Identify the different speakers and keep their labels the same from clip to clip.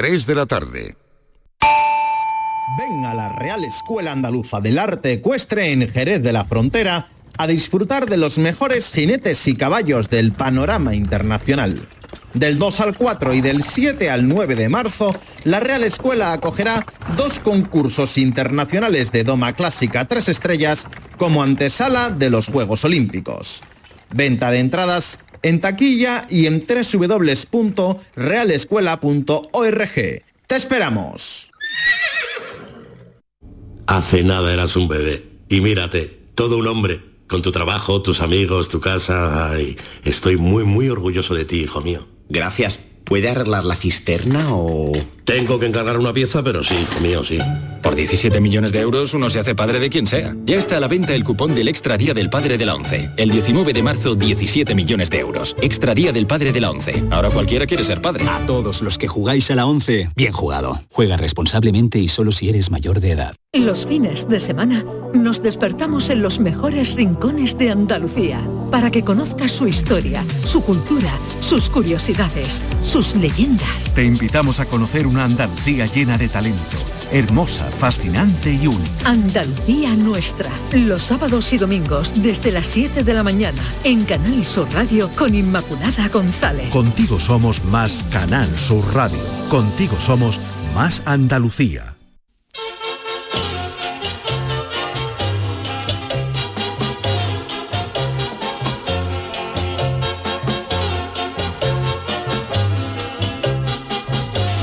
Speaker 1: 3 de la tarde.
Speaker 2: Ven a la Real Escuela Andaluza del Arte Ecuestre en Jerez de la Frontera a disfrutar de los mejores jinetes y caballos del panorama internacional. Del 2 al 4 y del 7 al 9 de marzo, la Real Escuela acogerá dos concursos internacionales de Doma Clásica 3 Estrellas como antesala de los Juegos Olímpicos. Venta de entradas en taquilla y en www.realescuela.org. ¡Te esperamos!
Speaker 3: Hace nada eras un bebé. Y mírate, todo un hombre. Con tu trabajo, tus amigos, tu casa. Ay, estoy muy, muy orgulloso de ti, hijo mío.
Speaker 4: Gracias. ¿Puede arreglar la cisterna o...?
Speaker 3: Tengo que encargar una pieza, pero sí, hijo mío, sí.
Speaker 5: Por 17 millones de euros uno se hace padre de quien sea. Ya está a la venta el cupón del Extra Día del Padre de la ONCE. El 19 de marzo, 17 millones de euros. Extra Día del Padre de la ONCE. Ahora cualquiera quiere ser padre.
Speaker 6: A todos los que jugáis a la ONCE, bien jugado. Juega responsablemente y solo si eres mayor de edad.
Speaker 7: Los fines de semana nos despertamos en los mejores rincones de Andalucía para que conozcas su historia, su cultura, sus curiosidades, sus leyendas.
Speaker 8: Te invitamos a conocer una Andalucía llena de talento, hermosa, fascinante y única.
Speaker 7: Andalucía nuestra, los sábados y domingos desde las 7 de la mañana en Canal Sur Radio con Inmaculada González.
Speaker 9: Contigo somos más Canal Sur Radio. Contigo somos más Andalucía.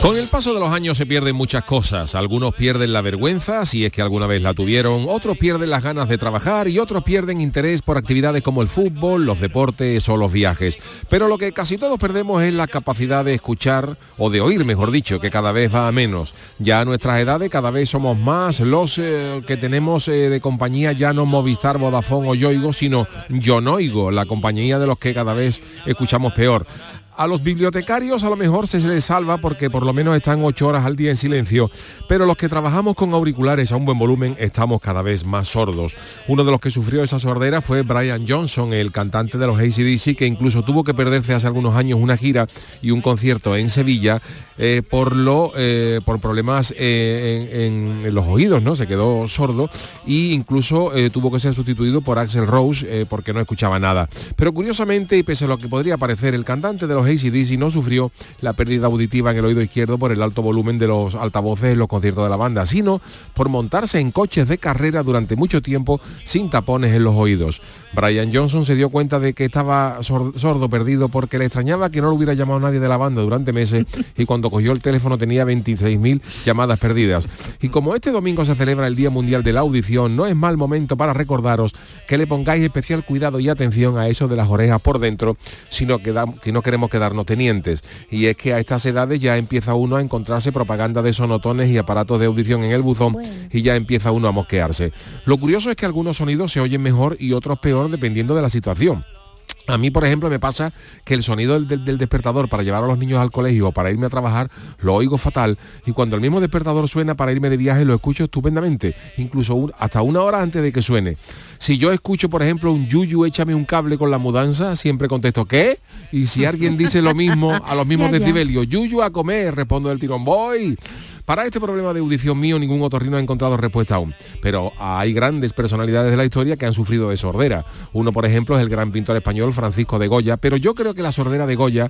Speaker 10: Con el paso de los años se pierden muchas cosas. Algunos pierden la vergüenza, si es que alguna vez la tuvieron, otros pierden las ganas de trabajar y otros pierden interés por actividades como el fútbol, los deportes o los viajes. Pero lo que casi todos perdemos es la capacidad de escuchar o de oír, mejor dicho, que cada vez va a menos. Ya a nuestras edades cada vez somos más los eh, que tenemos eh, de compañía ya no Movistar, Vodafone o Yoigo, sino Yonoigo, la compañía de los que cada vez escuchamos peor a los bibliotecarios a lo mejor se les salva porque por lo menos están ocho horas al día en silencio, pero los que trabajamos con auriculares a un buen volumen estamos cada vez más sordos. Uno de los que sufrió esa sordera fue Brian Johnson, el cantante de los ACDC, que incluso tuvo que perderse hace algunos años una gira y un concierto en Sevilla eh, por, lo, eh, por problemas eh, en, en, los oídos, ¿no? Se quedó sordo e incluso tuvo que ser sustituido por Axel Rose eh, porque no escuchaba nada. Pero curiosamente, y pese a lo que podría parecer, el cantante de los ACDC no sufrió la pérdida auditiva en el oído izquierdo por el alto volumen de los altavoces en los conciertos de la banda, sino por montarse en coches de carrera durante mucho tiempo sin tapones en los oídos. Brian Johnson se dio cuenta de que estaba sordo perdido porque le extrañaba que no lo hubiera llamado nadie de la banda durante meses y cuando cogió el teléfono tenía 26.000 llamadas perdidas. Y como este domingo se celebra el Día Mundial de la Audición, no es mal momento para recordaros que le pongáis especial cuidado y atención a eso de las orejas por dentro, sino que, da, que no queremos quedarnos tenientes. Y es que a estas edades ya empieza uno a encontrarse propaganda de sonotones y aparatos de audición en el buzón bueno. y ya empieza uno a mosquearse. Lo curioso es que algunos sonidos se oyen mejor y otros peor dependiendo de la situación. A mí, por ejemplo, me pasa que el sonido del, del, del, despertador para llevar a los niños al colegio o para irme a trabajar lo oigo fatal y cuando el mismo despertador suena para irme de viaje lo escucho estupendamente, incluso un, hasta una hora antes de que suene. Si yo escucho, por ejemplo, un yuyu échame un cable con la mudanza, siempre contesto ¿qué? Y si alguien dice lo mismo a los mismos decibelios, yuyu a comer, respondo del tirón, voy. Para este problema de audición mío ningún otorrino ha encontrado respuesta aún, pero hay grandes personalidades de la historia que han sufrido de sordera. Uno, por ejemplo, es el gran pintor español Francisco de Goya, pero yo creo que la sordera de Goya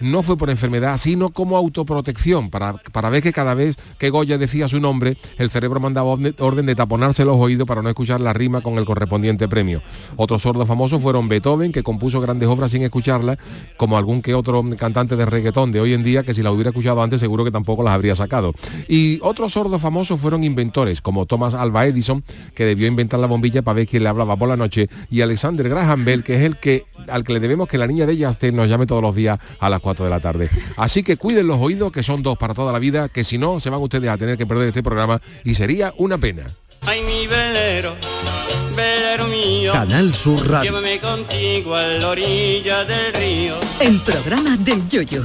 Speaker 10: no fue por enfermedad, sino como autoprotección, para, para ver que cada vez que Goya decía su nombre, el cerebro mandaba orden- orden de taponarse los oídos para no escuchar la rima con el correspondiente premio. Otros sordos famosos fueron Beethoven, que compuso grandes obras sin escucharlas, como algún que otro cantante de reggaetón de hoy en día, que si la hubiera escuchado antes seguro que tampoco las habría sacado. Y otros sordos famosos fueron inventores, como Thomas Alva Edison, que debió inventar la bombilla para ver quién le hablaba por la noche, y Alexander Graham Bell, que es el que al que le debemos que la niña de Yastel nos llame todos los días a las 4 de la tarde. Así que cuiden los oídos, que son dos para toda la vida, que si no, se van ustedes a tener que perder este programa y sería una pena.
Speaker 11: Ay, mi velero, velero mío.
Speaker 9: Canal Sur Radio.
Speaker 11: Llévame contigo a la orilla del río.
Speaker 7: El programa del yoyo.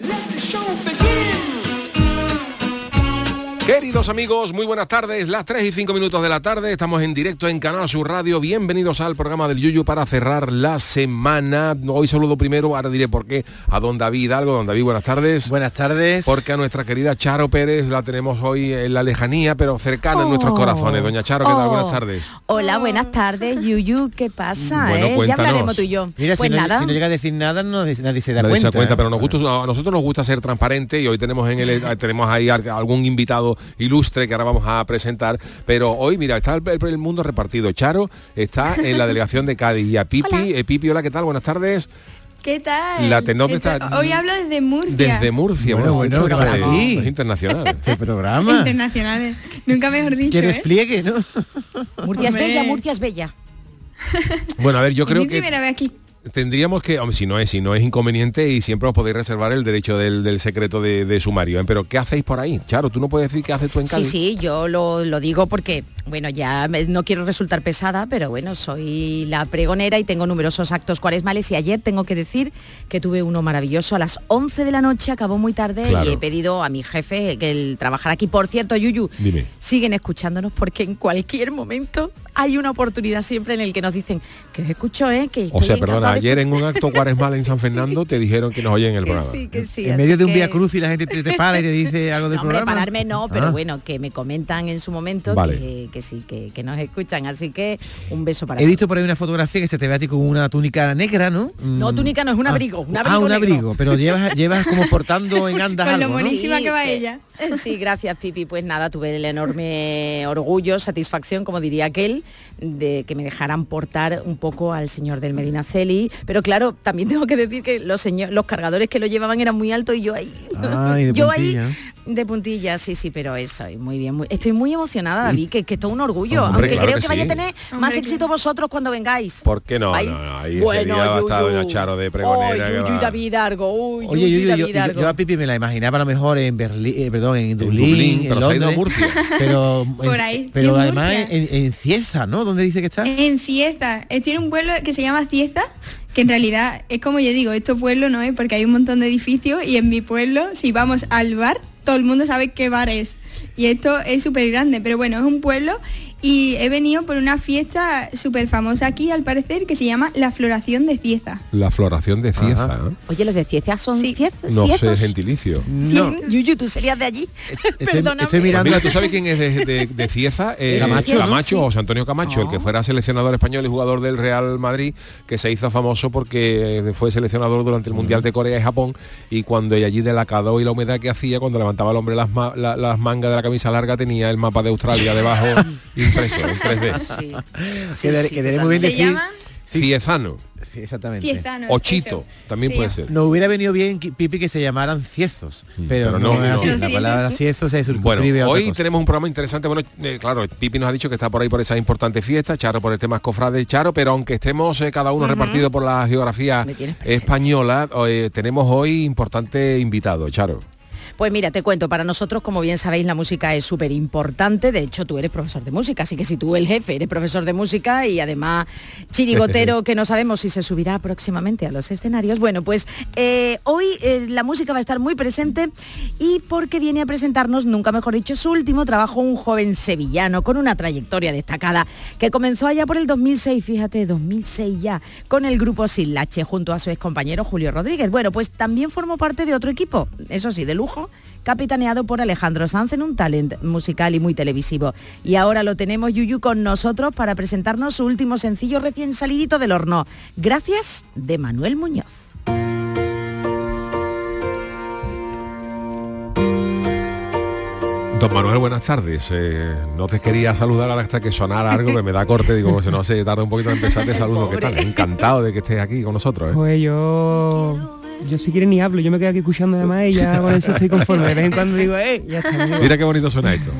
Speaker 1: let the show begin.
Speaker 10: Queridos amigos, muy buenas tardes, las 3 y 5 minutos de la tarde, estamos en directo en Canal Sur Radio, bienvenidos al programa del Yuyu para cerrar la semana. Hoy saludo primero, ahora diré por qué, a don David Algo, don David, buenas tardes. Buenas tardes. Porque a nuestra querida Charo Pérez la tenemos hoy en la lejanía, pero cercana en nuestros
Speaker 12: Oh.
Speaker 10: corazones. Doña Charo, ¿qué tal?
Speaker 12: Oh.
Speaker 10: Buenas tardes.
Speaker 13: Ah.
Speaker 12: Hola, buenas tardes, Yuyu, ¿qué pasa?
Speaker 10: Bueno,
Speaker 12: eh? Ya
Speaker 10: cuéntanos.
Speaker 12: hablaremos tú y yo.
Speaker 14: Mira,
Speaker 12: pues
Speaker 14: si, no,
Speaker 12: nada,
Speaker 14: si no llega a decir nada, no, de- nadie se da
Speaker 10: Nadie se
Speaker 14: cuenta.
Speaker 10: da cuenta, pero nos gusta, a nosotros nos gusta ser transparente y hoy tenemos en el eh, tenemos ahí al- algún invitado ilustre que ahora vamos a presentar. Pero hoy, mira, está el, el mundo repartido. Charo está en la delegación de Cádiz y a Pipi, eh, Pipi, hola, ¿qué tal? Buenas tardes.
Speaker 13: ¿Qué tal?
Speaker 10: La tenor de
Speaker 13: Esto-
Speaker 10: esta-
Speaker 13: Hoy hablo desde Murcia.
Speaker 10: Desde Murcia,
Speaker 14: Bueno,
Speaker 10: bueno,
Speaker 14: bueno,
Speaker 10: esto es-
Speaker 14: cabrón.
Speaker 10: esto es internacional. Este programa.
Speaker 13: Internacionales. Nunca mejor dicho.
Speaker 14: Que
Speaker 13: ¿eh?
Speaker 14: despliegue, ¿no?
Speaker 12: Murcia es
Speaker 13: Hombre.
Speaker 12: bella, Murcia es bella.
Speaker 10: Bueno, a ver, yo
Speaker 13: Es
Speaker 10: creo
Speaker 13: mi
Speaker 10: que
Speaker 13: primera vez aquí.
Speaker 10: tendríamos que, hombre, si no es, si no es inconveniente y siempre os podéis reservar el derecho del, del secreto de, de sumario. ¿eh? Pero ¿qué hacéis por ahí? Charo, tú no puedes decir qué haces tú en
Speaker 12: Sí,
Speaker 10: Cádiz.
Speaker 12: sí, yo lo, lo digo porque, bueno, ya me- no quiero resultar pesada, pero bueno, soy la pregonera y tengo numerosos actos cuaresmales y ayer tengo que decir que tuve uno maravilloso a las 11 de la noche, acabó muy tarde
Speaker 15: Claro.
Speaker 12: y he pedido a mi jefe que él trabajara aquí. Por cierto, Yuyu,
Speaker 15: Dime.
Speaker 12: siguen escuchándonos porque en cualquier momento hay una oportunidad siempre en el que nos dicen que os escucho, ¿eh? Que
Speaker 10: O
Speaker 12: estoy
Speaker 10: sea,
Speaker 12: encantado
Speaker 10: perdona,
Speaker 12: de
Speaker 10: ayer en
Speaker 12: escuchar".
Speaker 10: un acto cuaresmal en San Fernando te dijeron que nos oyen en el programa. ¿eh?
Speaker 12: Sí, que sí,
Speaker 14: en
Speaker 12: así
Speaker 14: medio de un
Speaker 12: que-
Speaker 14: vía cruz y la gente te, te para y te dice algo del
Speaker 12: no, hombre,
Speaker 14: programa.
Speaker 12: pararme no, pero
Speaker 14: Ah.
Speaker 12: bueno, que me comentan en su momento
Speaker 14: Vale.
Speaker 12: que, que sí, que, que nos escuchan. Así que un beso para
Speaker 14: He visto por ahí una fotografía que se te ve a ti con una túnica negra, ¿no?
Speaker 12: todos. No,
Speaker 14: Mm.
Speaker 12: túnica no es un
Speaker 14: Ah,
Speaker 12: abrigo, un abrigo.
Speaker 14: Ah, un
Speaker 12: negro.
Speaker 14: abrigo, pero llevas, llevas como portando en andas algo, ¿no?
Speaker 12: Sí, Eh,
Speaker 13: ella.
Speaker 12: Sí, gracias Pipi. Pues nada, tuve el enorme orgullo, satisfacción, como diría aquel, de que me dejaran portar un poco al señor del Medinaceli. Pero claro, también tengo que decir que los, señor- los cargadores que lo llevaban eran muy altos y yo ahí.
Speaker 14: Ay, Ah, de
Speaker 12: yo
Speaker 14: puntilla.
Speaker 12: ahí de puntilla, sí, sí, pero eso, y muy bien. muy- estoy muy emocionada, David, que, que esto es un orgullo,
Speaker 10: Hombre,
Speaker 12: aunque
Speaker 10: claro
Speaker 12: creo
Speaker 10: que
Speaker 12: que, vaya a
Speaker 10: sí.
Speaker 12: tener más éxito vosotros cuando vengáis.
Speaker 10: ¿Por qué no?
Speaker 12: Ay.
Speaker 10: No, no, ahí
Speaker 12: Bueno,
Speaker 10: ese día va a estar
Speaker 12: Yuyu.
Speaker 10: doña Charo de pregonera.
Speaker 12: Uy,
Speaker 10: que
Speaker 12: Yuyu y
Speaker 10: va.
Speaker 12: David Argo, uy,
Speaker 14: Oye,
Speaker 12: Yuyu y
Speaker 14: yo, yo, yo,
Speaker 12: David
Speaker 14: yo-
Speaker 12: Argo.
Speaker 14: yo a Pipi me la imaginaba a lo mejor en Berlín, eh, perdón, en Dublín,
Speaker 10: Dublín,
Speaker 14: en
Speaker 10: pero se ha
Speaker 14: Londres,
Speaker 10: ido a Murcia.
Speaker 14: pero, en-
Speaker 13: Por ahí, sí,
Speaker 14: pero
Speaker 13: en
Speaker 14: además
Speaker 13: Murcia.
Speaker 14: en, en Cieza, ¿no? ¿Dónde dice que está?
Speaker 13: En Cieza. Eh, Tiene un pueblo que se llama Cieza, que en realidad es como yo digo, esto pueblo no es porque hay un montón de edificios y en mi pueblo, si vamos al bar, todo el mundo sabe qué bar es. Y esto es súper grande, pero bueno, es un pueblo y he venido por una fiesta súper famosa aquí, al parecer, que se llama La Floración de Cieza.
Speaker 10: La floración de Cieza. ¿eh?
Speaker 12: Oye, los de Cieza son Ciez-
Speaker 10: No sé,
Speaker 12: Ciezos.
Speaker 10: gentilicio.
Speaker 12: Yuyu, tú serías de allí. Perdóname.
Speaker 10: Pues Mira, ¿tú sabes quién es de, de- de Cieza? Eh,
Speaker 14: Camacho, ¿no? Sí. Ah.
Speaker 10: José Antonio Camacho, el que fuera seleccionador español y jugador del Real Madrid, que se hizo famoso porque eh, fue seleccionador durante el
Speaker 14: Mm.
Speaker 10: Mundial de Corea y Japón, y cuando y allí de la cadó y la humedad que hacía, cuando levantaba el hombre las, ma- la- las mangas de la camisa larga, tenía el mapa de Australia debajo impreso, en
Speaker 14: Ah,
Speaker 10: 3D.
Speaker 14: Quedaré- quedaré muy bien
Speaker 13: ¿Se
Speaker 14: decir...
Speaker 13: llama?
Speaker 10: Ciezano.
Speaker 14: Sí, exactamente.
Speaker 13: Ciezanos,
Speaker 10: Ochito, también
Speaker 13: Sí.
Speaker 10: puede ser.
Speaker 14: Nos hubiera venido bien, que- Pipi, que se llamaran ciezos, pero,
Speaker 10: Mm, pero
Speaker 14: no,
Speaker 10: no,
Speaker 14: es
Speaker 10: no.
Speaker 14: así.
Speaker 10: Los
Speaker 14: La
Speaker 10: ciezos.
Speaker 14: palabra ciezos se
Speaker 10: Bueno,
Speaker 14: circunscribe a otra
Speaker 10: hoy
Speaker 14: cosa.
Speaker 10: tenemos un programa interesante. Bueno, eh, claro, Pipi nos ha dicho que está por ahí por esas importantes fiestas, Charo por el tema cofrade, Charo, pero aunque estemos eh, cada uno repartido por la geografía española, eh, tenemos hoy importante invitado, Charo.
Speaker 12: Pues mira, te cuento, para nosotros, como bien sabéis, la música es súper importante. De hecho, tú eres profesor de música, así que si tú, el jefe, eres profesor de música y además chirigotero, que no sabemos si se subirá próximamente a los escenarios, bueno, pues eh, hoy eh, la música va a estar muy presente y porque viene a presentarnos, nunca mejor dicho, su último trabajo, un joven sevillano con una trayectoria destacada que comenzó allá por el 2006, fíjate, 2006 ya, con el grupo Silache junto a su ex compañero Julio Rodríguez. Bueno, pues también formó parte de otro equipo, eso sí, de lujo, capitaneado por Alejandro Sanz en un talent musical y muy televisivo. Y ahora lo tenemos Yuyu con nosotros para presentarnos su último sencillo recién salidito del horno. Gracias de Manuel Muñoz.
Speaker 10: Don Manuel, buenas tardes. Eh, no te quería saludar hasta que sonara algo, pero me da corte, digo, pues, si no se tarda un poquito en empezar, te saludo. ¿Qué tal? Encantado de que estés aquí con nosotros. ¿eh?
Speaker 15: Pues yo, yo si quieren ni hablo, yo me quedo aquí escuchando además y ya con eso estoy conforme. De vez en cuando digo, eh, ya está. amigo".
Speaker 10: Mira qué bonito suena esto.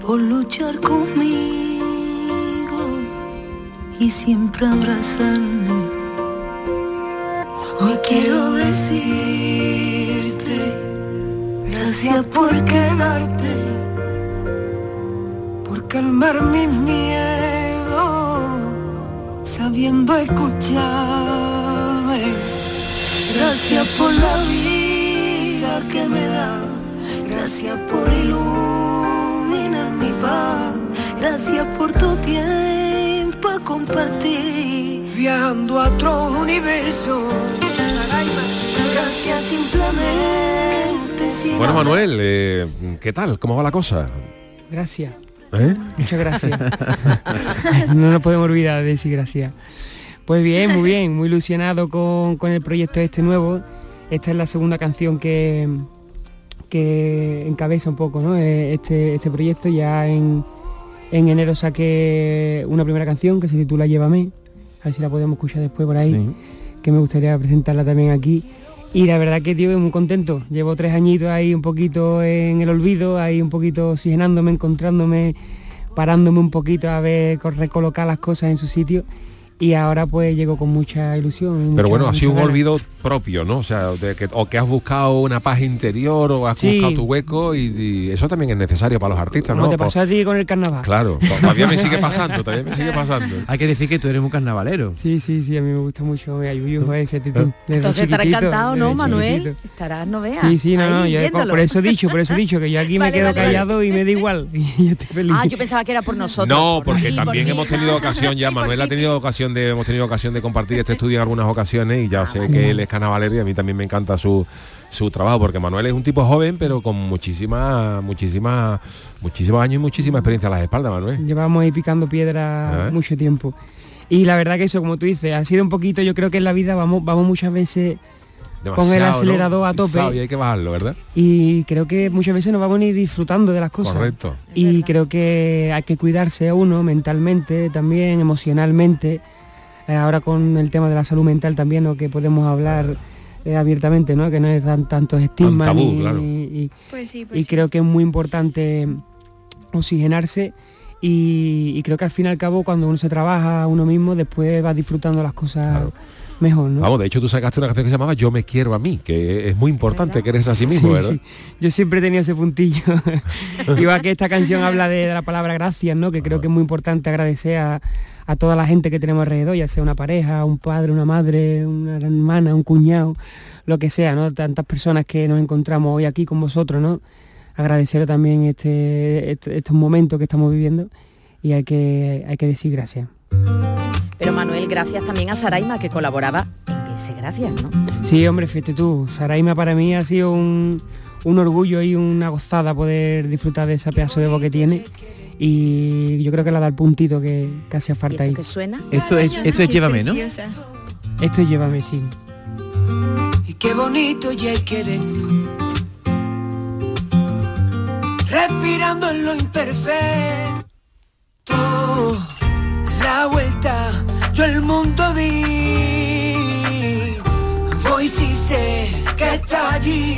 Speaker 16: por luchar conmigo y siempre abrazarme. Hoy quiero decirte gracias por quedarte, por calmar mi miedo, sabiendo escucharme. Gracias por la vida que me das. Gracias por iluminar mi paz. Gracias por tu tiempo a compartir. Viajando a otro universo. Gracias simplemente. sin
Speaker 10: Bueno,
Speaker 16: hablar.
Speaker 10: Manuel, eh, ¿qué tal? ¿Cómo va la cosa?
Speaker 15: Gracias.
Speaker 10: ¿Eh?
Speaker 15: Muchas gracias. no nos podemos olvidar de decir gracias. Pues bien, muy bien, muy ilusionado con, con el proyecto este nuevo. Esta es la segunda canción que, que encabeza un poco ¿no? Eh, este, este proyecto. Ya en, en enero saqué una primera canción que se titula Llévame. A ver si la podemos escuchar después por ahí, que me gustaría presentarla también aquí. Y la verdad que, tío, muy contento. Llevo tres añitos ahí un poquito en el olvido, ahí un poquito oxigenándome, encontrándome, parándome un poquito a ver, co- recolocar las cosas en su sitio. Y ahora pues llego con mucha ilusión. y mucha-
Speaker 10: Pero bueno, ha sido un
Speaker 15: muchas ganas.
Speaker 10: olvido propio, ¿no? O sea, de que, o que has buscado una paz interior o has
Speaker 15: Sí.
Speaker 10: buscado tu hueco y, y eso también es necesario para los artistas,
Speaker 15: Como
Speaker 10: ¿no?
Speaker 15: te
Speaker 10: Por-
Speaker 15: pasó a ti con el carnaval.
Speaker 10: Claro, to- todavía me sigue pasando, todavía me sigue pasando.
Speaker 17: Hay que decir que tú eres un carnavalero.
Speaker 15: Sí, sí, sí, a mí me gusta mucho eh, Ayuyu, joder, ese titún, desde
Speaker 12: Entonces estará
Speaker 15: chiquitito,
Speaker 12: encantado, ¿no,
Speaker 15: desde
Speaker 12: Manuel?
Speaker 15: chiquitito.
Speaker 12: Estarás, no veas.
Speaker 15: Sí, sí, no, no,
Speaker 12: ahí
Speaker 15: yo-
Speaker 12: viéndolo.
Speaker 15: por eso he dicho, por eso he dicho que yo aquí me
Speaker 12: Vale,
Speaker 15: quedo
Speaker 12: vale, vale.
Speaker 15: callado y me da igual. Y yo estoy feliz.
Speaker 12: Ah, yo pensaba que era por nosotros.
Speaker 10: No, porque también hemos tenido ocasión ya, Manuel ha tenido ocasión de, hemos tenido ocasión de compartir este estudio en algunas ocasiones y ya sé que él es carnavalero y a mí también me encanta su, su trabajo, porque Manuel es un tipo joven, pero con muchísima, muchísima, muchísimos años y muchísima experiencia a las espaldas, Manuel.
Speaker 15: Llevamos ahí picando piedra
Speaker 10: Ah.
Speaker 15: mucho tiempo. Y la verdad que eso, como tú dices, ha sido un poquito, yo creo que en la vida vamos, vamos muchas veces con el
Speaker 10: Demasiado, ¿no?
Speaker 15: acelerador a tope.
Speaker 10: Pisado, Y hay que bajarlo, ¿verdad?
Speaker 15: Y creo que muchas veces nos vamos a ir disfrutando de las cosas.
Speaker 10: Correcto.
Speaker 15: Y creo que hay que cuidarse a uno mentalmente, también emocionalmente. Eh, ahora con el tema de la salud mental también, ¿no? que podemos hablar eh, abiertamente, ¿no? que no es tan, tantos estigmas.
Speaker 10: tabú,
Speaker 15: ni-
Speaker 10: claro.
Speaker 15: y-
Speaker 18: Pues sí, pues
Speaker 15: y
Speaker 18: sí.
Speaker 15: creo que es muy importante oxigenarse y, y creo que al fin y al cabo cuando uno se trabaja a uno mismo después va disfrutando las cosas mejor, ¿no?
Speaker 10: Vamos, de hecho tú sacaste una canción que se llamaba Yo me quiero a mí, que es muy importante que eres a sí mismo,
Speaker 15: Sí,
Speaker 10: ¿verdad?
Speaker 15: sí. Yo siempre he tenido ese puntillo. Igual que esta canción habla de, de la palabra gracias, ¿no? Que creo que es muy importante agradecer a, a toda la gente que tenemos alrededor, ya sea una pareja, un padre, una madre, una hermana, un cuñado, lo que sea, ¿no? Tantas personas que nos encontramos hoy aquí con vosotros, ¿no? Agradecer también este, este- estos momentos que estamos viviendo y hay que, hay que decir gracias.
Speaker 12: Pero Manuel, gracias también a Saraima que colaboraba en ese gracias, ¿no?
Speaker 15: Sí, hombre, fíjate tú, Saraima para mí ha sido un, un orgullo y una gozada poder disfrutar de ese pedazo de voz que tiene y yo creo que le ha dado el puntito que, que hacía falta ahí.
Speaker 12: ¿Que suena?
Speaker 17: Esto es, esto es Llévame, ¿no?
Speaker 15: Esto es Llévame, sí.
Speaker 16: Y qué bonito y el querer. Respirando en lo imperfecto. La vuelta, yo el mundo di. Voy si sé que está allí.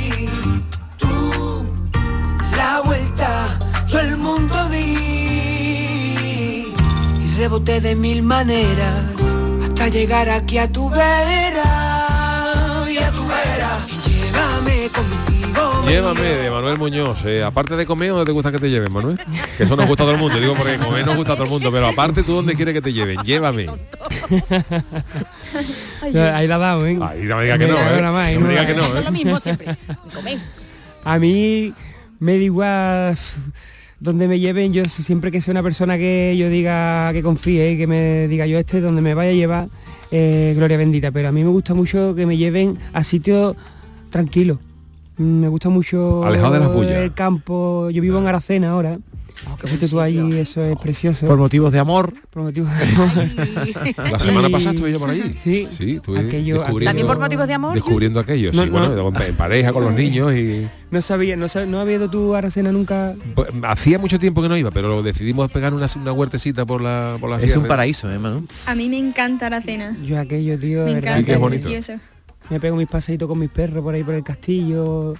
Speaker 16: Tú, la vuelta, yo el mundo di. Y reboté de mil maneras hasta llegar aquí a tu vera y a tu vera. Llévame contigo
Speaker 10: Llévame de Manuel Muñoz. Eh, aparte de comer, ¿dónde te gusta que te lleven, Manuel? Que eso nos gusta a todo el mundo. Digo, porque comer nos gusta a todo el mundo. Pero aparte, ¿tú dónde quieres que te lleven? Llévame.
Speaker 15: Ahí la ha dado, ¿eh?
Speaker 10: Ahí no me diga que no,
Speaker 15: Venga,
Speaker 10: ¿eh?
Speaker 15: ahora más,
Speaker 10: No me diga
Speaker 15: ¿eh?
Speaker 10: que no,
Speaker 12: Es lo mismo siempre. Comer.
Speaker 15: A mí me da igual donde me lleven, yo siempre que sea una persona que yo diga, que confíe y que me diga yo este, donde me vaya a llevar, eh, gloria bendita. Pero a mí me gusta mucho que me lleven a sitios tranquilos. Mm, Me gusta mucho
Speaker 10: Alejado de las bullas. Ah.
Speaker 15: el campo. Yo vivo en Aracena ahora.
Speaker 12: Ah,
Speaker 15: que fuiste tú allí, eso es precioso.
Speaker 14: Por motivos de amor.
Speaker 15: Por motivos de amor.
Speaker 10: La semana
Speaker 15: Y-
Speaker 10: pasada estuve yo por allí. Sí, sí estuve
Speaker 15: Aquello-
Speaker 10: descubriendo-
Speaker 15: ¿También por
Speaker 12: motivos de amor?
Speaker 10: Descubriendo aquello, sí,
Speaker 15: No, no.
Speaker 10: bueno, en pareja con los niños y...
Speaker 15: No sabía, no, sab- no había ido tú a Aracena nunca.
Speaker 10: Pues, Hacía mucho tiempo que no iba, pero decidimos pegar una, una huertecita por la, por la
Speaker 14: Es un paraíso, ¿eh, Manu?
Speaker 13: A mí me encanta la cena.
Speaker 15: Yo aquello, tío, de
Speaker 13: Me
Speaker 15: verdad
Speaker 13: encanta.
Speaker 15: que-
Speaker 13: precioso.
Speaker 15: Me pego mis paseitos con mis perros por ahí por el castillo,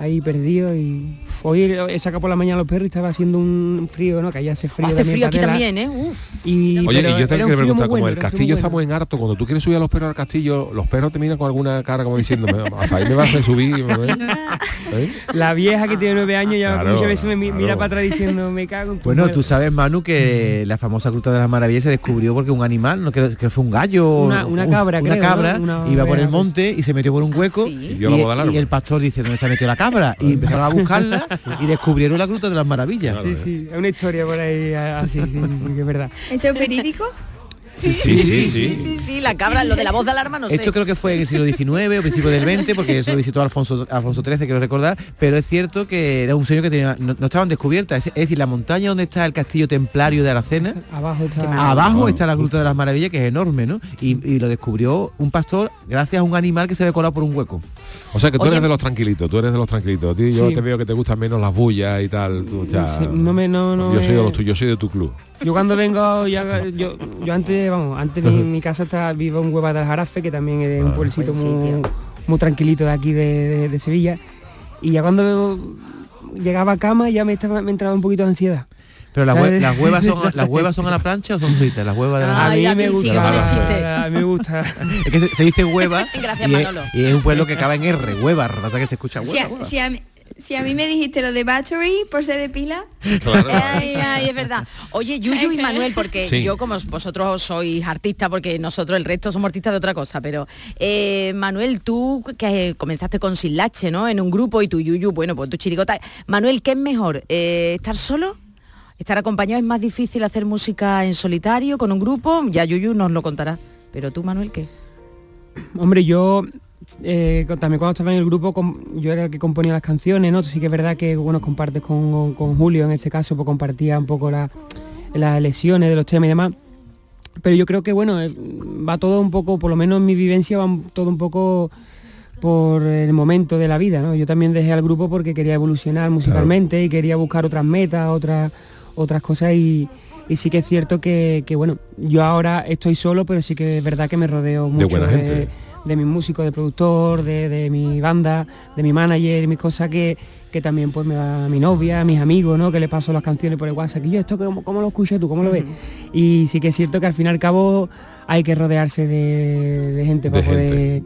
Speaker 15: ahí perdido y hoy he sacado por la mañana los perros y estaba haciendo un frío, ¿no? Que allá hace frío
Speaker 12: Hace
Speaker 15: también.
Speaker 12: frío aquí
Speaker 15: Varela.
Speaker 12: también, ¿eh? Uf.
Speaker 15: Y, pero
Speaker 10: Oye, y yo te
Speaker 15: era
Speaker 10: quiero
Speaker 15: un frío muy
Speaker 10: preguntar, como
Speaker 15: bueno,
Speaker 10: el
Speaker 15: era un
Speaker 10: castillo
Speaker 15: frío muy bueno.
Speaker 10: estamos en harto, cuando tú quieres subir a los perros al castillo, los perros te miran con alguna cara como diciendo, hasta ahí me vas a subir. ¿eh? ¿Eh?
Speaker 15: La vieja que
Speaker 12: Ah.
Speaker 15: tiene nueve años ya
Speaker 10: Claro,
Speaker 15: muchas veces me mi-
Speaker 10: claro.
Speaker 15: mira para atrás diciendo, me cago en tu
Speaker 14: Bueno,
Speaker 15: madre".
Speaker 14: tú sabes, Manu, que la famosa Gruta de las Maravillas se descubrió porque un animal, no creo que fue un gallo,
Speaker 15: Una- una
Speaker 14: un-
Speaker 15: cabra,
Speaker 14: una
Speaker 15: creo,
Speaker 14: cabra,
Speaker 15: ¿no? Una
Speaker 14: iba por
Speaker 15: oveja,
Speaker 14: el monte y se metió por un hueco
Speaker 10: Y
Speaker 14: y,
Speaker 10: vio la boda del árbol.
Speaker 14: y el pastor dice dónde se ha metido la cabra y empezaron a buscarla y descubrieron la Gruta de las Maravillas.
Speaker 15: Sí, sí, hay una historia por ahí a- así, sí, sí, que es verdad.
Speaker 13: ¿Eso es verídico?
Speaker 14: Sí, sí, sí.
Speaker 12: Sí, sí, la cabra, lo de la voz de alarma no sé.
Speaker 14: Esto creo que fue en el siglo XIX o principio del XX, porque eso lo visitó Alfonso, Alfonso XIII, quiero recordar, pero es cierto que era un señor que tenía, no, no estaban descubiertas, es, es decir, la montaña donde está el castillo templario de Aracena,
Speaker 15: Abajo está.
Speaker 14: abajo está la Gruta de las Maravillas, que es enorme, ¿no? Y, y lo descubrió un pastor gracias a un animal que se había colado por un hueco.
Speaker 10: O sea que tú
Speaker 14: Oye-
Speaker 10: eres de los tranquilitos, tú eres de los tranquilitos. A ti yo
Speaker 15: Sí.
Speaker 10: te veo que te gustan menos las bullas y tal. tú ya-
Speaker 15: Sí, no me, no, no. eh.
Speaker 10: yo soy de
Speaker 15: me-
Speaker 10: los tuyos, yo soy de tu club.
Speaker 15: Yo cuando vengo, ya- yo, yo antes, vamos, antes mi, mi casa está viva en Hueva del Jarafe, que también es un pueblecito muy, muy tranquilito de aquí de, de- de Sevilla. Y ya cuando llegaba a cama ya me, estaba, me entraba un poquito de ansiedad.
Speaker 14: Pero las,
Speaker 15: Ya
Speaker 14: hue-
Speaker 15: de-
Speaker 14: las huevas son las huevas son a la plancha o son fritas, las huevas de la
Speaker 15: A mí me gusta.
Speaker 14: Ah,
Speaker 15: la-
Speaker 14: vale.
Speaker 15: A mí me gusta.
Speaker 14: Es que se, se dice hueva
Speaker 13: Gracias,
Speaker 14: y, es,
Speaker 13: Manolo.
Speaker 14: y es un pueblo que acaba en R, hueva, lo que pasa es que se escucha
Speaker 13: Si
Speaker 14: hueva.
Speaker 13: a, si a mí- si a mí me dijiste lo de battery por ser de pila,
Speaker 12: Ay, ay, es verdad. Oye, Yuyu y Manuel, porque
Speaker 13: Sí.
Speaker 12: yo como vosotros sois artistas, porque nosotros el resto somos artistas de otra cosa, pero eh, Manuel, tú que comenzaste con Silache, ¿no? En un grupo y tu Yuyu, bueno, pues tu chiricota. Manuel, ¿qué es mejor? eh, ¿Estar solo? ¿Estar acompañado es más difícil hacer música en solitario, con un grupo? Ya Yuyu nos lo contará. Pero tú, Manuel, ¿qué?
Speaker 15: Hombre, yo eh, co- también cuando estaba en el grupo com- yo era el que componía las canciones, ¿no? Sí que es verdad que bueno, compartes con, con Julio en este caso, pues compartía un poco la- las elecciones de los temas y demás. Pero yo creo que bueno, eh, va todo un poco, por lo menos en mi vivencia va un- todo un poco por el momento de la vida, ¿no? Yo también dejé al grupo porque quería evolucionar musicalmente y quería buscar otras metas, otras, otras cosas y, y sí que es cierto que, que, bueno, yo ahora estoy solo, pero sí que es verdad que me rodeo mucho
Speaker 10: buena gente.
Speaker 15: de mis músicos, de productor, de, de mi banda, de mi manager, mis cosas que, que también pues me va mi novia, mis amigos, ¿no? Que le paso las canciones por el WhatsApp. Y yo, esto cómo, cómo lo escuchas tú, cómo lo ves. Y sí que es cierto que al fin y al cabo hay que rodearse de, de gente para poder.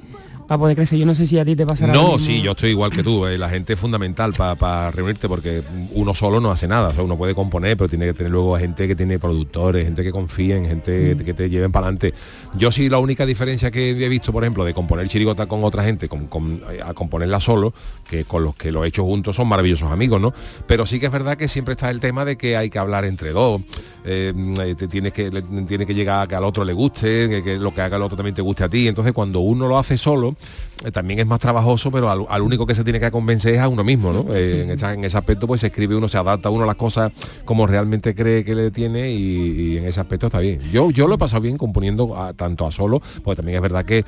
Speaker 15: Para poder crecer, yo no sé si a ti te pasará. lo
Speaker 10: No,
Speaker 15: mismo.
Speaker 10: sí, yo estoy igual que tú. eh, La gente es fundamental para reunirte porque uno solo no hace nada. O sea, uno puede componer, pero tiene que tener luego a gente que tiene productores, gente que confíen, gente
Speaker 15: Mm.
Speaker 10: que te lleven para adelante. Yo sí la única diferencia que he visto, por ejemplo, de componer chirigota con otra gente, con- con- eh, a componerla solo, que con los que lo he hecho juntos son maravillosos amigos, ¿no? Pero sí que es verdad que siempre está el tema de que hay que hablar entre dos. eh, eh, te tienes que le- tiene que llegar a que al otro le guste, que, que lo que haga el otro también te guste a ti. Entonces cuando uno lo hace solo, eh, también es más trabajoso, pero al, al único que se tiene que convencer es a uno mismo, ¿no? Eh, en, esa- en ese aspecto pues se escribe uno, se adapta uno a las cosas como realmente cree que le tiene y, y en ese aspecto está bien. Yo, yo lo he pasado bien componiendo a- tanto a solo, porque también es verdad que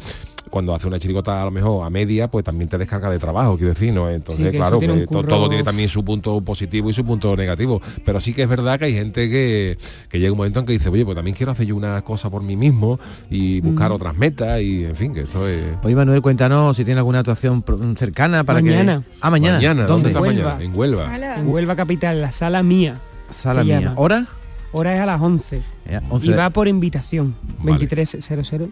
Speaker 10: cuando hace una chiricota a lo mejor a media, pues también te descarga de trabajo, quiero decir, ¿no? Entonces,
Speaker 15: Sí, que eso
Speaker 10: claro,
Speaker 15: tiene
Speaker 10: pues,
Speaker 15: un
Speaker 10: to-
Speaker 15: curro-
Speaker 10: todo tiene también su punto positivo y su punto negativo. Pero sí que es verdad que hay gente que, que llega un momento en que dice, oye, pues también quiero hacer yo una cosa por mí mismo y buscar
Speaker 14: Mm.
Speaker 10: otras metas y, en fin, que esto es...
Speaker 14: Oye Manuel, cuéntanos si tiene alguna actuación pro- cercana para
Speaker 15: Mañana.
Speaker 14: que. Ah, mañana.
Speaker 10: Mañana, ¿dónde
Speaker 14: ¿Dónde?
Speaker 10: está Huelva. mañana? En Huelva.
Speaker 15: En Huelva Capital, la sala mía.
Speaker 14: Sala
Speaker 15: se
Speaker 14: mía.
Speaker 15: llama.
Speaker 14: ¿Hora?
Speaker 15: Hora es a las 11.
Speaker 14: Eh, 11
Speaker 15: y
Speaker 14: de-
Speaker 15: va por invitación. 2300.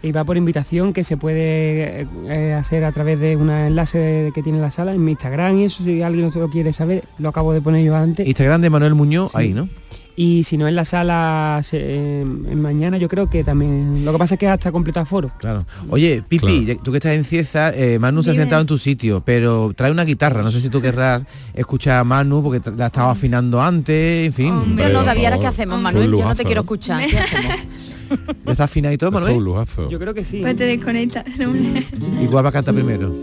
Speaker 15: y va por invitación que se puede eh, hacer a través de un enlace que tiene la sala en mi Instagram y eso si alguien lo quiere saber lo acabo de poner yo antes
Speaker 19: Instagram de Manuel Muñoz, ahí, ¿no?
Speaker 15: y si no en la sala se- eh, mañana yo creo que también lo que pasa es que es hasta completar foro
Speaker 19: Claro. Oye, Pipi, ya- tú que estás en Cieza, eh, Manu se ha
Speaker 15: Dime.
Speaker 19: sentado en tu sitio, pero trae una guitarra. No sé si tú querrás escuchar a Manu porque tra- la estaba afinando antes, en fin.
Speaker 12: Pero no, David, ahora qué hacemos, Manuel, yo no te quiero escuchar. ¿Qué hacemos?
Speaker 19: ¿Ya está afinado y todo, Manuel?
Speaker 15: yo creo que sí
Speaker 13: Pues te desconecta. no,
Speaker 19: Igual va a cantar primero.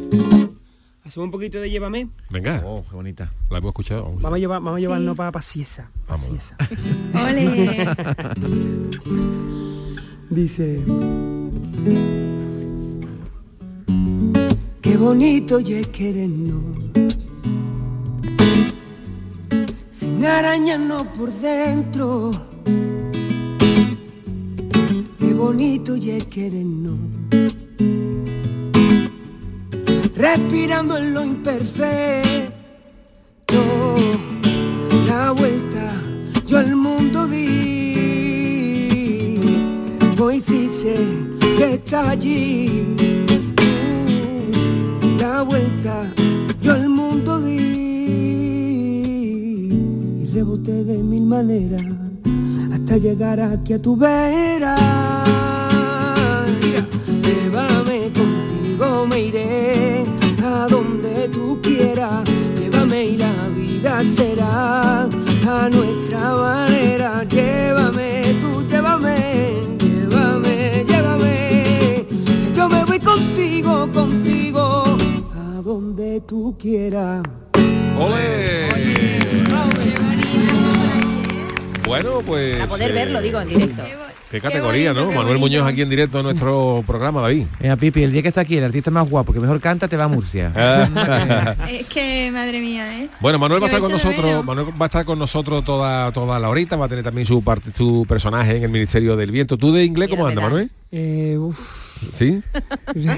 Speaker 15: hacemos un poquito de llévame
Speaker 10: Venga.
Speaker 19: Oh, qué bonita.
Speaker 10: La hemos escuchado.
Speaker 15: vamos a llevar vamos a llevarnos para Paciesa Paciesa
Speaker 13: Ole.
Speaker 15: dice
Speaker 16: Qué bonito y es querernos Sin arañarnos por dentro Qué bonito y es querernos Respirando en lo imperfecto La vuelta yo al mundo di Voy si sé que está allí la vuelta yo al mundo di y reboté de mil maneras hasta llegar aquí a tu vera. Llévame contigo, me iré a donde tú quieras. Llévame y la vida será a nuestra manera. Llévame, tú llévame, llévame, llévame. Yo me voy contigo, contigo, a donde tú quieras.
Speaker 10: ¡Ole! Bueno, pues...
Speaker 12: Para poder
Speaker 10: eh,
Speaker 12: verlo, digo, en directo.
Speaker 10: Qué categoría, ¿no? Manuel Muñoz aquí en directo en nuestro programa, David.
Speaker 19: Mira, Pipi, el día que está aquí, el artista más guapo, que mejor canta, te va a Murcia.
Speaker 13: Es que, madre mía, ¿eh?
Speaker 10: Bueno, Manuel va a
Speaker 13: Yo
Speaker 10: estar con
Speaker 13: echo de
Speaker 10: nosotros,
Speaker 13: menos.
Speaker 10: Manuel va a estar con nosotros toda toda la horita, va a tener también su parte, su personaje en el Ministerio del Viento. ¿Tú de inglés cómo anda, Manuel?
Speaker 15: eh, uf,
Speaker 10: ¿Sí? No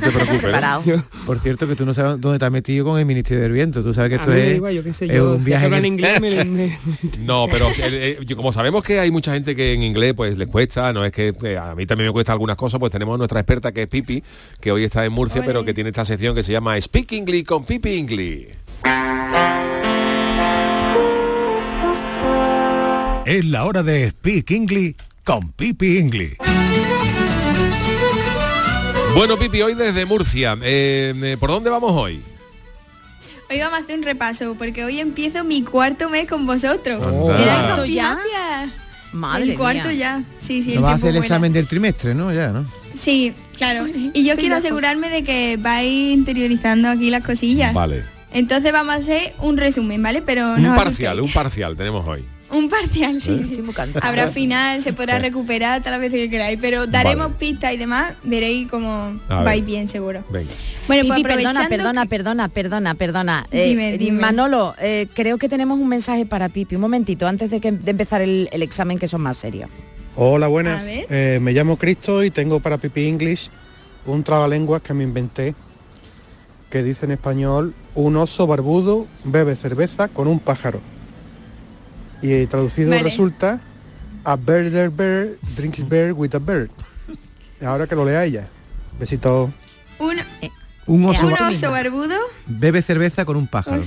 Speaker 10: te preocupes. ¿eh? ¿no?
Speaker 19: Por cierto, que tú no sabes dónde te has metido con el Ministerio del Viento. Tú sabes que
Speaker 15: a
Speaker 19: esto
Speaker 15: mí me da
Speaker 19: es,
Speaker 15: igual, yo qué sé,
Speaker 19: es
Speaker 15: yo
Speaker 19: un
Speaker 15: sé
Speaker 19: viaje
Speaker 15: hablar
Speaker 19: en-
Speaker 15: inglés me- me-
Speaker 10: No, pero eh, eh, yo- como sabemos que hay mucha gente que en inglés pues les cuesta, no es que eh, a mí también me cuesta algunas cosas, pues tenemos a nuestra experta que es Pipi, que hoy está en Murcia, pero que tiene esta sección que se llama Speak English con Pipi English.
Speaker 20: Es la hora de Speak English con Pipi English.
Speaker 10: Bueno, Pipi, hoy desde Murcia, eh, eh, ¿por dónde vamos hoy?
Speaker 13: Hoy vamos a hacer un repaso porque hoy empiezo mi cuarto mes con vosotros.
Speaker 10: Anda.
Speaker 13: Mirad,
Speaker 12: ¿Cuarto ya?
Speaker 13: confianza.
Speaker 12: Madre
Speaker 13: El cuarto
Speaker 12: mía.
Speaker 13: ya. Sí, sí,
Speaker 19: No
Speaker 13: el
Speaker 19: vas a
Speaker 13: tiempo
Speaker 19: hacer el
Speaker 13: vuela.
Speaker 19: examen del trimestre, ¿no? Ya, ¿no?
Speaker 13: Sí, claro. Y yo quiero asegurarme de que vais interiorizando aquí las cosillas.
Speaker 10: Ah, Vale.
Speaker 13: Entonces vamos a hacer un resumen, ¿vale? Pero no
Speaker 10: un
Speaker 13: os
Speaker 10: parcial, un parcial tenemos hoy.
Speaker 13: asustéis. Un parcial, sí.
Speaker 10: ¿Eh?
Speaker 13: sí.
Speaker 10: cansada.
Speaker 13: Habrá final, se podrá recuperar todas las veces que queráis, pero daremos pistas y demás, veréis cómo
Speaker 12: A ver.
Speaker 13: vais bien seguro.
Speaker 10: Venga.
Speaker 13: Bueno, pues
Speaker 12: Pipi, perdona,
Speaker 13: aprovechando
Speaker 12: perdona, perdona, perdona, perdona. Eh,
Speaker 13: Dime, dime.
Speaker 12: Manolo, eh, creo que tenemos un mensaje para Pipi. Un momentito, antes de, que, de empezar el, el examen, que son más serios.
Speaker 21: Hola, buenas.
Speaker 12: A ver.
Speaker 21: Eh, me llamo Cristo y tengo para Pipi English un trabalenguas que me inventé que dice en español un oso barbudo bebe cerveza con un pájaro. Y eh, traducido
Speaker 22: Vale.
Speaker 21: resulta a birder bear drinks beer with a bird. Ahora que lo lea ella. Besito.
Speaker 13: Un,
Speaker 19: Un oso,
Speaker 13: un
Speaker 19: bar-
Speaker 13: oso barbudo,
Speaker 19: bebe cerveza con un pájaro.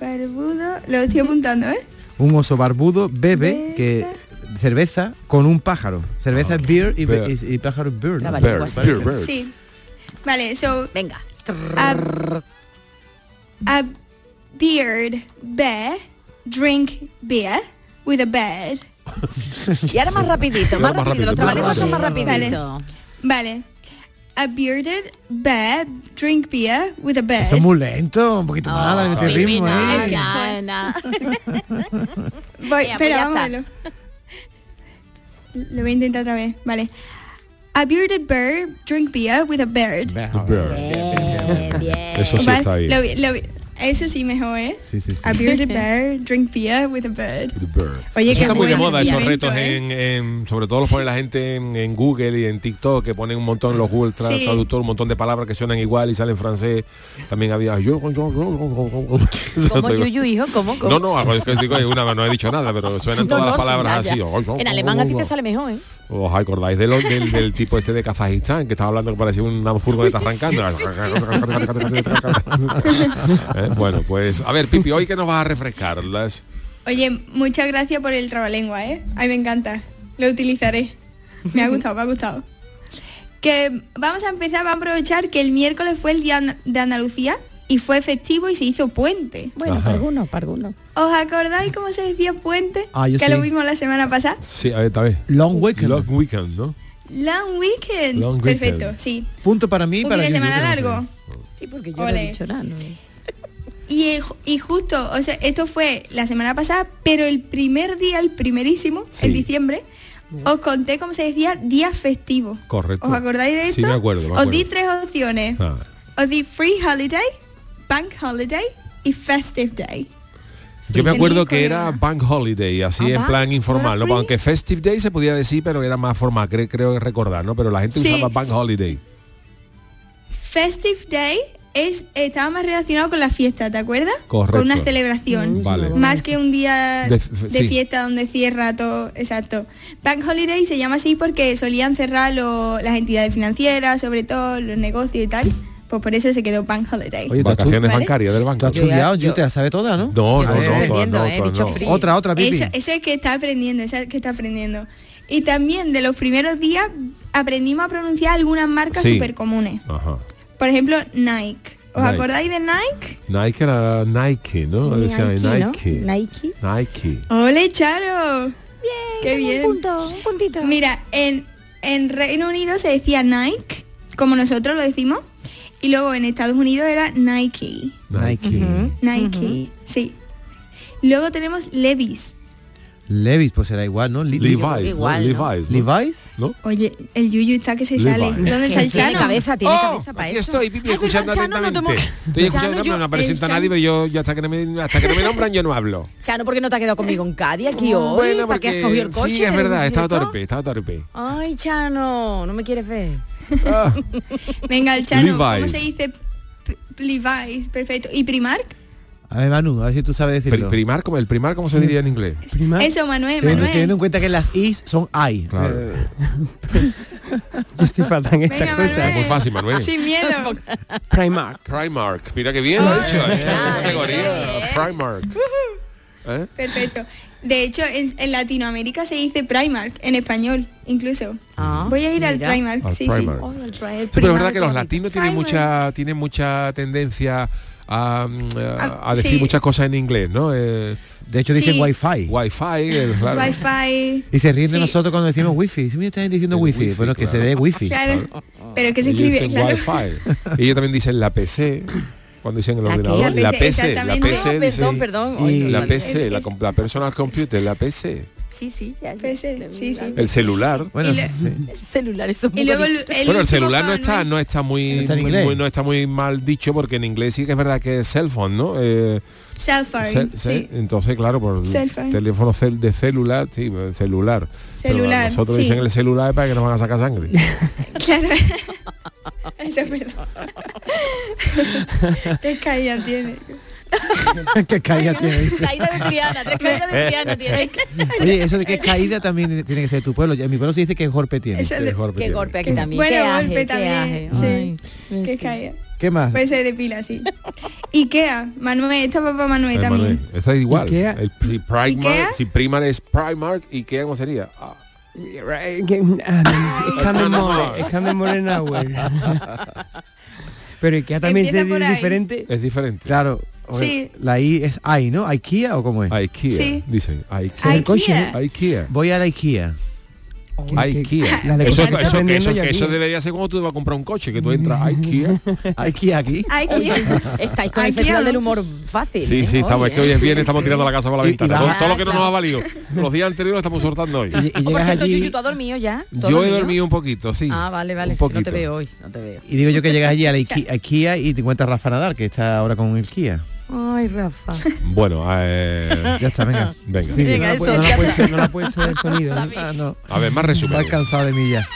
Speaker 13: barbudo, lo estoy apuntando, ¿eh?
Speaker 19: Un oso barbudo bebe que cerveza con un pájaro. Cerveza es beer y, be- y- y pájaro es beer. ¿no?
Speaker 13: Trabalenguas. Sí. Vale, so
Speaker 12: venga.
Speaker 13: A, a beard bear drink beer with a bird.
Speaker 12: Y ahora más rapidito, más rapidito. Los trabalenguas son más rapiditos.
Speaker 13: Vale. Vale. A bearded bear drink beer with a bird.
Speaker 19: Eso es muy lento, un poquito más, dale, mete ritmo, ¿eh?
Speaker 13: Voy,
Speaker 12: Venga, pues
Speaker 13: espera,
Speaker 12: ya
Speaker 13: vamos a
Speaker 12: está.
Speaker 13: verlo. Lo voy a intentar otra vez, vale. A bearded bear drink beer with a bird.
Speaker 10: Bird. Eso sí
Speaker 13: Vale,
Speaker 10: está bien.
Speaker 13: lo vi- lo vi- Ese sí mejor, ¿eh?
Speaker 10: Sí, sí, sí.
Speaker 13: A bearded bear, drink beer with a bird.
Speaker 10: Bird.
Speaker 13: Oye,
Speaker 10: Eso
Speaker 13: qué
Speaker 10: está muy de
Speaker 13: bueno
Speaker 10: moda
Speaker 13: el
Speaker 10: esos
Speaker 13: invento,
Speaker 10: retos en,
Speaker 12: ¿eh?
Speaker 10: en- sobre todo los pone la gente en, en Google y en TikTok que ponen un montón los Google Tra-
Speaker 13: Sí.
Speaker 10: traductor un montón de palabras que suenan igual y salen francés también había yo
Speaker 12: Como Yuyu, hijo, como
Speaker 10: no no algo que digo, una no he dicho nada pero suenan todas las palabras así oh, oh,
Speaker 12: En
Speaker 10: oh,
Speaker 12: alemán
Speaker 10: oh,
Speaker 12: a ti
Speaker 10: oh.
Speaker 12: te sale mejor, ¿eh?
Speaker 10: ¿Os acordáis de lo- del, del tipo este de Kazajistán que estaba hablando que parecía una furgoneta arrancando? Eh, Bueno, pues a ver, Pipi, hoy que nos vas a refrescar. Las-
Speaker 13: Oye, muchas gracias por el trabalengua, ¿eh? A mí me encanta. Lo utilizaré. Me ha gustado, me ha gustado. Que vamos a empezar, vamos a aprovechar que el miércoles fue el Día An- de Andalucía y fue festivo y se hizo puente.
Speaker 12: Bueno,
Speaker 10: Ajá.
Speaker 12: alguno, para alguno.
Speaker 13: ¿Os acordáis cómo se decía puente?
Speaker 10: Ah, yo
Speaker 13: que
Speaker 10: sí.
Speaker 13: lo vimos la semana pasada.
Speaker 10: Sí, a ver, tal vez. Long Weekend. Long Weekend, ¿no?
Speaker 13: Long weekend.
Speaker 10: Long weekend.
Speaker 13: Perfecto, sí.
Speaker 14: Punto para mí,
Speaker 13: Un
Speaker 14: para
Speaker 13: fin de
Speaker 14: Yuyu,
Speaker 13: semana
Speaker 14: que no sé.
Speaker 13: largo.
Speaker 12: Sí, porque
Speaker 13: yo no he Ole. dicho Y, eh, ju- y justo, o sea, esto fue la semana pasada, pero el primer día, el primerísimo, en diciembre, os conté cómo se decía día festivo.
Speaker 10: Correcto.
Speaker 13: ¿Os acordáis de esto?
Speaker 10: Sí, me acuerdo, me
Speaker 13: Os
Speaker 10: acuerdo.
Speaker 13: di tres opciones.
Speaker 10: Ah,
Speaker 13: Os di free holiday, bank holiday y festive day.
Speaker 10: Yo me acuerdo que era Bank Holiday, así
Speaker 13: Ah,
Speaker 10: en
Speaker 13: va,
Speaker 10: plan informal, ¿no? Aunque Festive Day se podía decir, pero era más formal, cre- creo que recordar, ¿no? Pero la gente
Speaker 13: Sí.
Speaker 10: usaba Bank Holiday.
Speaker 13: Festive day es, eh, estaba más relacionado con la fiesta, ¿te acuerdas?
Speaker 10: Correcto. Mm,
Speaker 13: Con una celebración.
Speaker 10: Vale.
Speaker 13: Más que un día
Speaker 10: De
Speaker 13: de,
Speaker 10: f- sí.
Speaker 13: fiesta donde cierra todo, exacto. Bank Holiday se llama así porque solían cerrar lo- las entidades financieras, sobre todo los negocios y tal. Pues por eso se quedó Bank Holiday.
Speaker 10: Oye, Vacaciones bancarias del banco.
Speaker 14: Tú has estudiado, yo te la sabe toda, ¿no?
Speaker 10: No, no, no,
Speaker 14: A ver.
Speaker 10: todas no,
Speaker 12: eh,
Speaker 10: todas no.
Speaker 14: Otra, otra, Pipi.
Speaker 13: Eso, eso es que está aprendiendo, eso es que está aprendiendo. Y también de los primeros días aprendimos a pronunciar algunas marcas
Speaker 10: Sí.
Speaker 13: súper comunes.
Speaker 10: Ajá.
Speaker 13: Por ejemplo, Nike. ¿Os
Speaker 10: Nike.
Speaker 13: acordáis de Nike?
Speaker 10: Nike era Nike, ¿no? Decían, Nike.
Speaker 13: ¿no? Nike.
Speaker 10: Nike.
Speaker 13: ¡Ole, Charo! Bien, qué bien. Un puntito. Mira, en, en Reino Unido se decía Nike, como nosotros lo decimos, y luego en Estados Unidos era Nike.
Speaker 14: Nike.
Speaker 13: Nike, sí. Luego tenemos Levi's.
Speaker 14: Levis, pues será igual, ¿no? Le-
Speaker 10: Levi's, ¿no? Igual, ¿no? Levi's, ¿no?
Speaker 14: Levi's.
Speaker 10: ¿no?
Speaker 13: Oye, el Yuyu está que se
Speaker 14: Levi's.
Speaker 13: sale. ¿Dónde está el
Speaker 12: Tiene
Speaker 13: Chano?
Speaker 12: cabeza, tiene
Speaker 13: Oh,
Speaker 12: cabeza para
Speaker 10: aquí
Speaker 12: eso.
Speaker 10: estoy, Pipi,
Speaker 12: Ah, es
Speaker 10: escuchando
Speaker 12: verdad, Chano no tomó- Pues
Speaker 10: atentamente. Estoy escuchando,
Speaker 12: Chano,
Speaker 10: no me
Speaker 12: yo-
Speaker 10: presenta
Speaker 12: el
Speaker 10: nadie, pero yo yo hasta que no me, hasta que no me nombran yo no hablo.
Speaker 12: Chano, ¿por qué no te has quedado conmigo en Cádiz aquí hoy? ¿Para qué has cogido el coche?
Speaker 10: sí, es
Speaker 12: ¿Eres
Speaker 10: verdad, estaba
Speaker 12: director?
Speaker 10: torpe, estaba torpe.
Speaker 12: Ay, Chano, no me quieres ver.
Speaker 13: Venga, el Chano, ¿cómo
Speaker 10: Ah. Levi's.
Speaker 13: se dice? P- Levi's, perfecto. ¿Y Primark?
Speaker 14: A ver, Manu, a ver si tú sabes
Speaker 10: Pri-
Speaker 14: decirlo.
Speaker 10: primar, como el primar, ¿cómo se diría en inglés?
Speaker 14: Primar.
Speaker 13: Eso, Manuel,
Speaker 14: Teniendo,
Speaker 13: Manuel.
Speaker 14: teniendo en cuenta que las is son I.
Speaker 15: Yo estoy fatal en estas cosas.
Speaker 10: Es muy fácil, Manuel.
Speaker 13: Sin miedo.
Speaker 15: Primark.
Speaker 10: Primark, mira qué bien lo ha dicho. ha hecho una categoría, Primark. ¿Eh?
Speaker 13: Perfecto. De hecho, en, en Latinoamérica se dice Primark, en español, incluso. Voy a ir al
Speaker 10: Ah, mira.
Speaker 13: Primark.
Speaker 10: Al
Speaker 13: sí,
Speaker 10: Primark.
Speaker 13: sí.
Speaker 10: Oh,
Speaker 13: Sí,
Speaker 10: Sí, pero es verdad que los latinos tienen mucha, tienen mucha tendencia a, mm, a- a decir
Speaker 13: Ah, sí.
Speaker 10: muchas cosas en inglés, ¿no? Eh,
Speaker 14: de hecho
Speaker 13: dicen Sí.
Speaker 14: wifi.
Speaker 10: Wifi, eh, claro. Mm.
Speaker 13: Wi-Fi.
Speaker 14: Y se ríen de
Speaker 13: Sí.
Speaker 14: nosotros cuando decimos wifi. Dice, mira, están diciendo wifi.
Speaker 10: wifi,
Speaker 14: bueno, que se
Speaker 10: claro.
Speaker 14: dé wifi.
Speaker 13: Claro. Pero que se
Speaker 10: Ellos
Speaker 13: escribe,
Speaker 10: dicen
Speaker 13: claro.
Speaker 10: Wi-Fi. Ellos también dicen la PC. Cuando dicen el
Speaker 13: ¿La qué?
Speaker 10: ordenador,
Speaker 13: La
Speaker 10: la
Speaker 13: PC,
Speaker 10: PC, la
Speaker 13: exactamente.
Speaker 10: PC,
Speaker 13: No, perdón,
Speaker 10: dicen-
Speaker 13: perdón, hoy no
Speaker 10: la
Speaker 13: sabía.
Speaker 10: PC, la, com- la personal computer, la PC,
Speaker 12: Sí, sí, ya. ya.
Speaker 13: PC, sí, sí.
Speaker 10: el celular.
Speaker 14: Bueno,
Speaker 12: El celular, eso es muy
Speaker 13: Y luego el,
Speaker 12: bonito.
Speaker 13: el
Speaker 10: Bueno, el
Speaker 13: último
Speaker 10: celular no
Speaker 13: Juan,
Speaker 10: está, no está muy,
Speaker 14: en
Speaker 10: muy-
Speaker 14: inglés.
Speaker 10: muy- no está muy mal dicho porque en inglés sí que es verdad que es cell phone, ¿no? Eh,
Speaker 13: Cell phone,
Speaker 10: cel-
Speaker 13: sí.
Speaker 10: cel- Entonces, claro, por
Speaker 13: Cell phone.
Speaker 10: teléfono cel- de celular, sí, eh, celular. Pero
Speaker 13: Celular,
Speaker 10: a nosotros
Speaker 13: sí.
Speaker 10: dicen el celular para que nos van a sacar sangre.
Speaker 13: Claro. Eso es verdad. Qué caída tiene.
Speaker 14: Qué caída tiene. dice.
Speaker 12: Caída de Triana, tres caídas de Triana tiene.
Speaker 14: Oye, eso de que es caída también tiene que ser de tu pueblo. En mi pueblo se dice que es golpe tiene.
Speaker 13: Eso de-
Speaker 12: Qué golpe aquí también.
Speaker 13: Bueno,
Speaker 12: qué aje,
Speaker 13: golpe
Speaker 12: qué
Speaker 13: también.
Speaker 12: aje. Ay.
Speaker 13: sí. Qué caída.
Speaker 14: ¿Qué más?
Speaker 13: Puede ser de pila, sí. Ikea, Manuel, esta papá Manuel
Speaker 10: Eh,
Speaker 13: también.
Speaker 10: Manuel, está igual.
Speaker 15: Ikea.
Speaker 10: El pri- Primark, si Primark es Primark, ¿y qué cómo sería? Ah,
Speaker 15: ah, Carmen More, es Carmen Morenauer. Pero Ikea también
Speaker 13: Empieza
Speaker 15: es
Speaker 13: por ahí.
Speaker 15: diferente.
Speaker 10: es diferente.
Speaker 14: Claro. o-
Speaker 13: Sí.
Speaker 14: La I es I, ¿no? ¿Ikea o cómo es?
Speaker 10: IKEA,
Speaker 13: Sí.
Speaker 10: dicen. IKEA.
Speaker 13: Ikea. Oh, El coche, ¿no?
Speaker 10: IKEA.
Speaker 14: Voy a la IKEA.
Speaker 10: IKEA.
Speaker 15: La de
Speaker 10: Eso,
Speaker 15: cosas que
Speaker 10: eso-
Speaker 15: aprenden
Speaker 10: eso-
Speaker 15: hoy aquí.
Speaker 10: eso debería ser cuando tú vas a comprar un coche, que tú entras a IKEA.
Speaker 14: IKEA aquí.
Speaker 13: Ikea.
Speaker 12: Estáis con el
Speaker 13: Ikea,
Speaker 12: Festival
Speaker 13: ¿no?
Speaker 12: del Humor fácil.
Speaker 10: Sí,
Speaker 12: ¿eh?
Speaker 10: sí, estamos,
Speaker 12: Hoy,
Speaker 10: es que hoy
Speaker 12: ¿eh?
Speaker 10: es bien, estamos tirando la casa por la
Speaker 14: Y- y
Speaker 10: ventana.
Speaker 14: baja-
Speaker 10: Con todo lo que no nos ha valido. Los días anteriores lo estamos soltando hoy.
Speaker 14: Y, y
Speaker 13: Oh,
Speaker 12: Por
Speaker 14: llegas
Speaker 12: cierto,
Speaker 14: allí.
Speaker 12: Yuyu, ¿tú has dormido ya? ¿Tú has
Speaker 10: Yo he dormido un poquito, sí.
Speaker 12: Ah, vale, vale.
Speaker 10: Un
Speaker 12: que No
Speaker 10: poquito.
Speaker 12: te veo hoy, no te veo.
Speaker 14: Y digo yo que llegas allí a la Ikea, a Ikea y te encuentras Rafa Nadal, que está ahora con el Kia.
Speaker 7: Ay, Rafa.
Speaker 10: Bueno, eh,
Speaker 14: Ya está, venga.
Speaker 10: Venga.
Speaker 14: Sí, no, la ha pu- no la ha puesto, no la ha puesto el sonido. ¿no?
Speaker 13: Ah,
Speaker 14: no.
Speaker 10: A ver, más resumen.
Speaker 14: Está cansado de mí ya.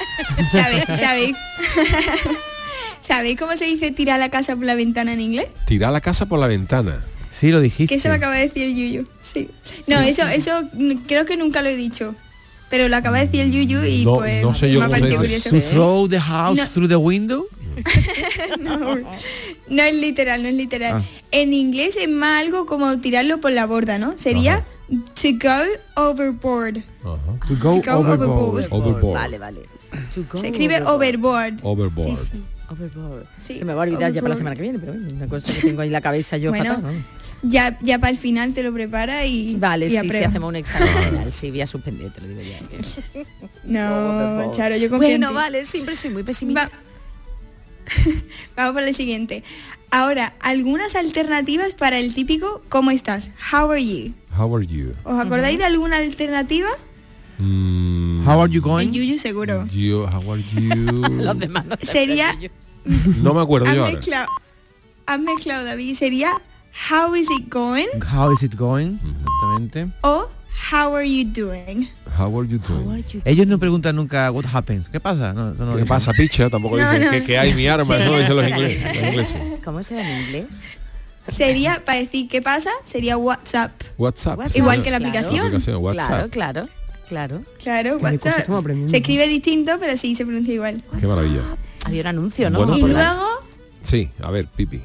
Speaker 13: ¿Sabéis, sabéis, ¿Sabéis cómo se dice tirar la casa por la ventana en inglés?
Speaker 10: Tirar la casa por la ventana.
Speaker 14: Sí, lo dijiste.
Speaker 13: Que eso lo acaba de decir el Yuyu. Sí. No, eso, eso mm, creo que nunca lo he dicho. Pero lo acaba de decir el Yuyu y
Speaker 10: No,
Speaker 13: pues
Speaker 10: no sé yo
Speaker 13: me ha
Speaker 10: cómo se
Speaker 13: parecido
Speaker 10: dice.
Speaker 14: To
Speaker 13: curioso.
Speaker 14: throw the house
Speaker 13: No.
Speaker 14: through the window.
Speaker 13: no, no es literal, no es literal.
Speaker 14: Ah.
Speaker 13: En inglés es más algo como tirarlo por la borda, ¿no? Sería to go overboard.
Speaker 14: To
Speaker 13: go To go overboard. overboard.
Speaker 10: Overboard.
Speaker 12: Vale, vale. To go
Speaker 13: Se escribe overboard.
Speaker 10: Overboard.
Speaker 12: Sí, sí, overboard.
Speaker 13: Sí,
Speaker 12: Se me va a olvidar ya para la
Speaker 13: overboard.
Speaker 12: semana que viene, pero bueno, una cosa que tengo ahí la cabeza yo
Speaker 13: Bueno,
Speaker 12: fatal, vamos.
Speaker 13: Ya, ya para el final te lo prepara y
Speaker 12: Vale,
Speaker 13: y
Speaker 12: sí, sí,
Speaker 13: aprueba.
Speaker 12: hacemos un examen final, sí, voy a suspender, te lo digo ya.
Speaker 13: No, Charo, yo confío en
Speaker 12: Bueno,
Speaker 13: ti.
Speaker 12: vale, siempre soy muy pesimista.
Speaker 13: Vamos para el siguiente. Ahora, algunas alternativas para el típico ¿Cómo estás? How are you?
Speaker 10: How are you?
Speaker 13: ¿Os acordáis de alguna alternativa?
Speaker 14: Mm. How are you
Speaker 13: El
Speaker 14: going?
Speaker 13: Yuyu seguro.
Speaker 10: You, how are you?
Speaker 12: demás no
Speaker 13: Sería,
Speaker 10: no me acuerdo
Speaker 13: has
Speaker 10: yo ahora.
Speaker 13: mezclado, has mezclado, David, sería How is it going?
Speaker 14: How is it going? Exactamente.
Speaker 13: o How are you doing?
Speaker 10: How are you doing?
Speaker 14: Ellos no preguntan nunca what happens. ¿Qué pasa? No, eso no lo
Speaker 10: ¿Qué
Speaker 14: dicen.
Speaker 10: pasa, picha? Tampoco
Speaker 13: No,
Speaker 10: dicen
Speaker 13: no.
Speaker 10: que, que hay mi arma,
Speaker 13: Sí,
Speaker 10: no dicen los
Speaker 13: sí.
Speaker 10: ingleses. los ingleses.
Speaker 12: ¿Cómo será en inglés?
Speaker 13: Sería, para decir qué pasa, sería WhatsApp.
Speaker 10: WhatsApp.
Speaker 13: Igual que la
Speaker 12: Claro.
Speaker 13: aplicación.
Speaker 12: Claro,
Speaker 10: WhatsApp.
Speaker 12: claro, claro.
Speaker 13: Claro,
Speaker 12: Qué cosas
Speaker 13: WhatsApp.
Speaker 12: estamos aprendiendo.
Speaker 13: Se escribe distinto, pero sí se pronuncia igual.
Speaker 10: Qué maravilla.
Speaker 12: Había un anuncio, ¿no?
Speaker 10: Bueno,
Speaker 13: y
Speaker 10: pero-
Speaker 13: luego,
Speaker 10: Sí, a ver, Pipi.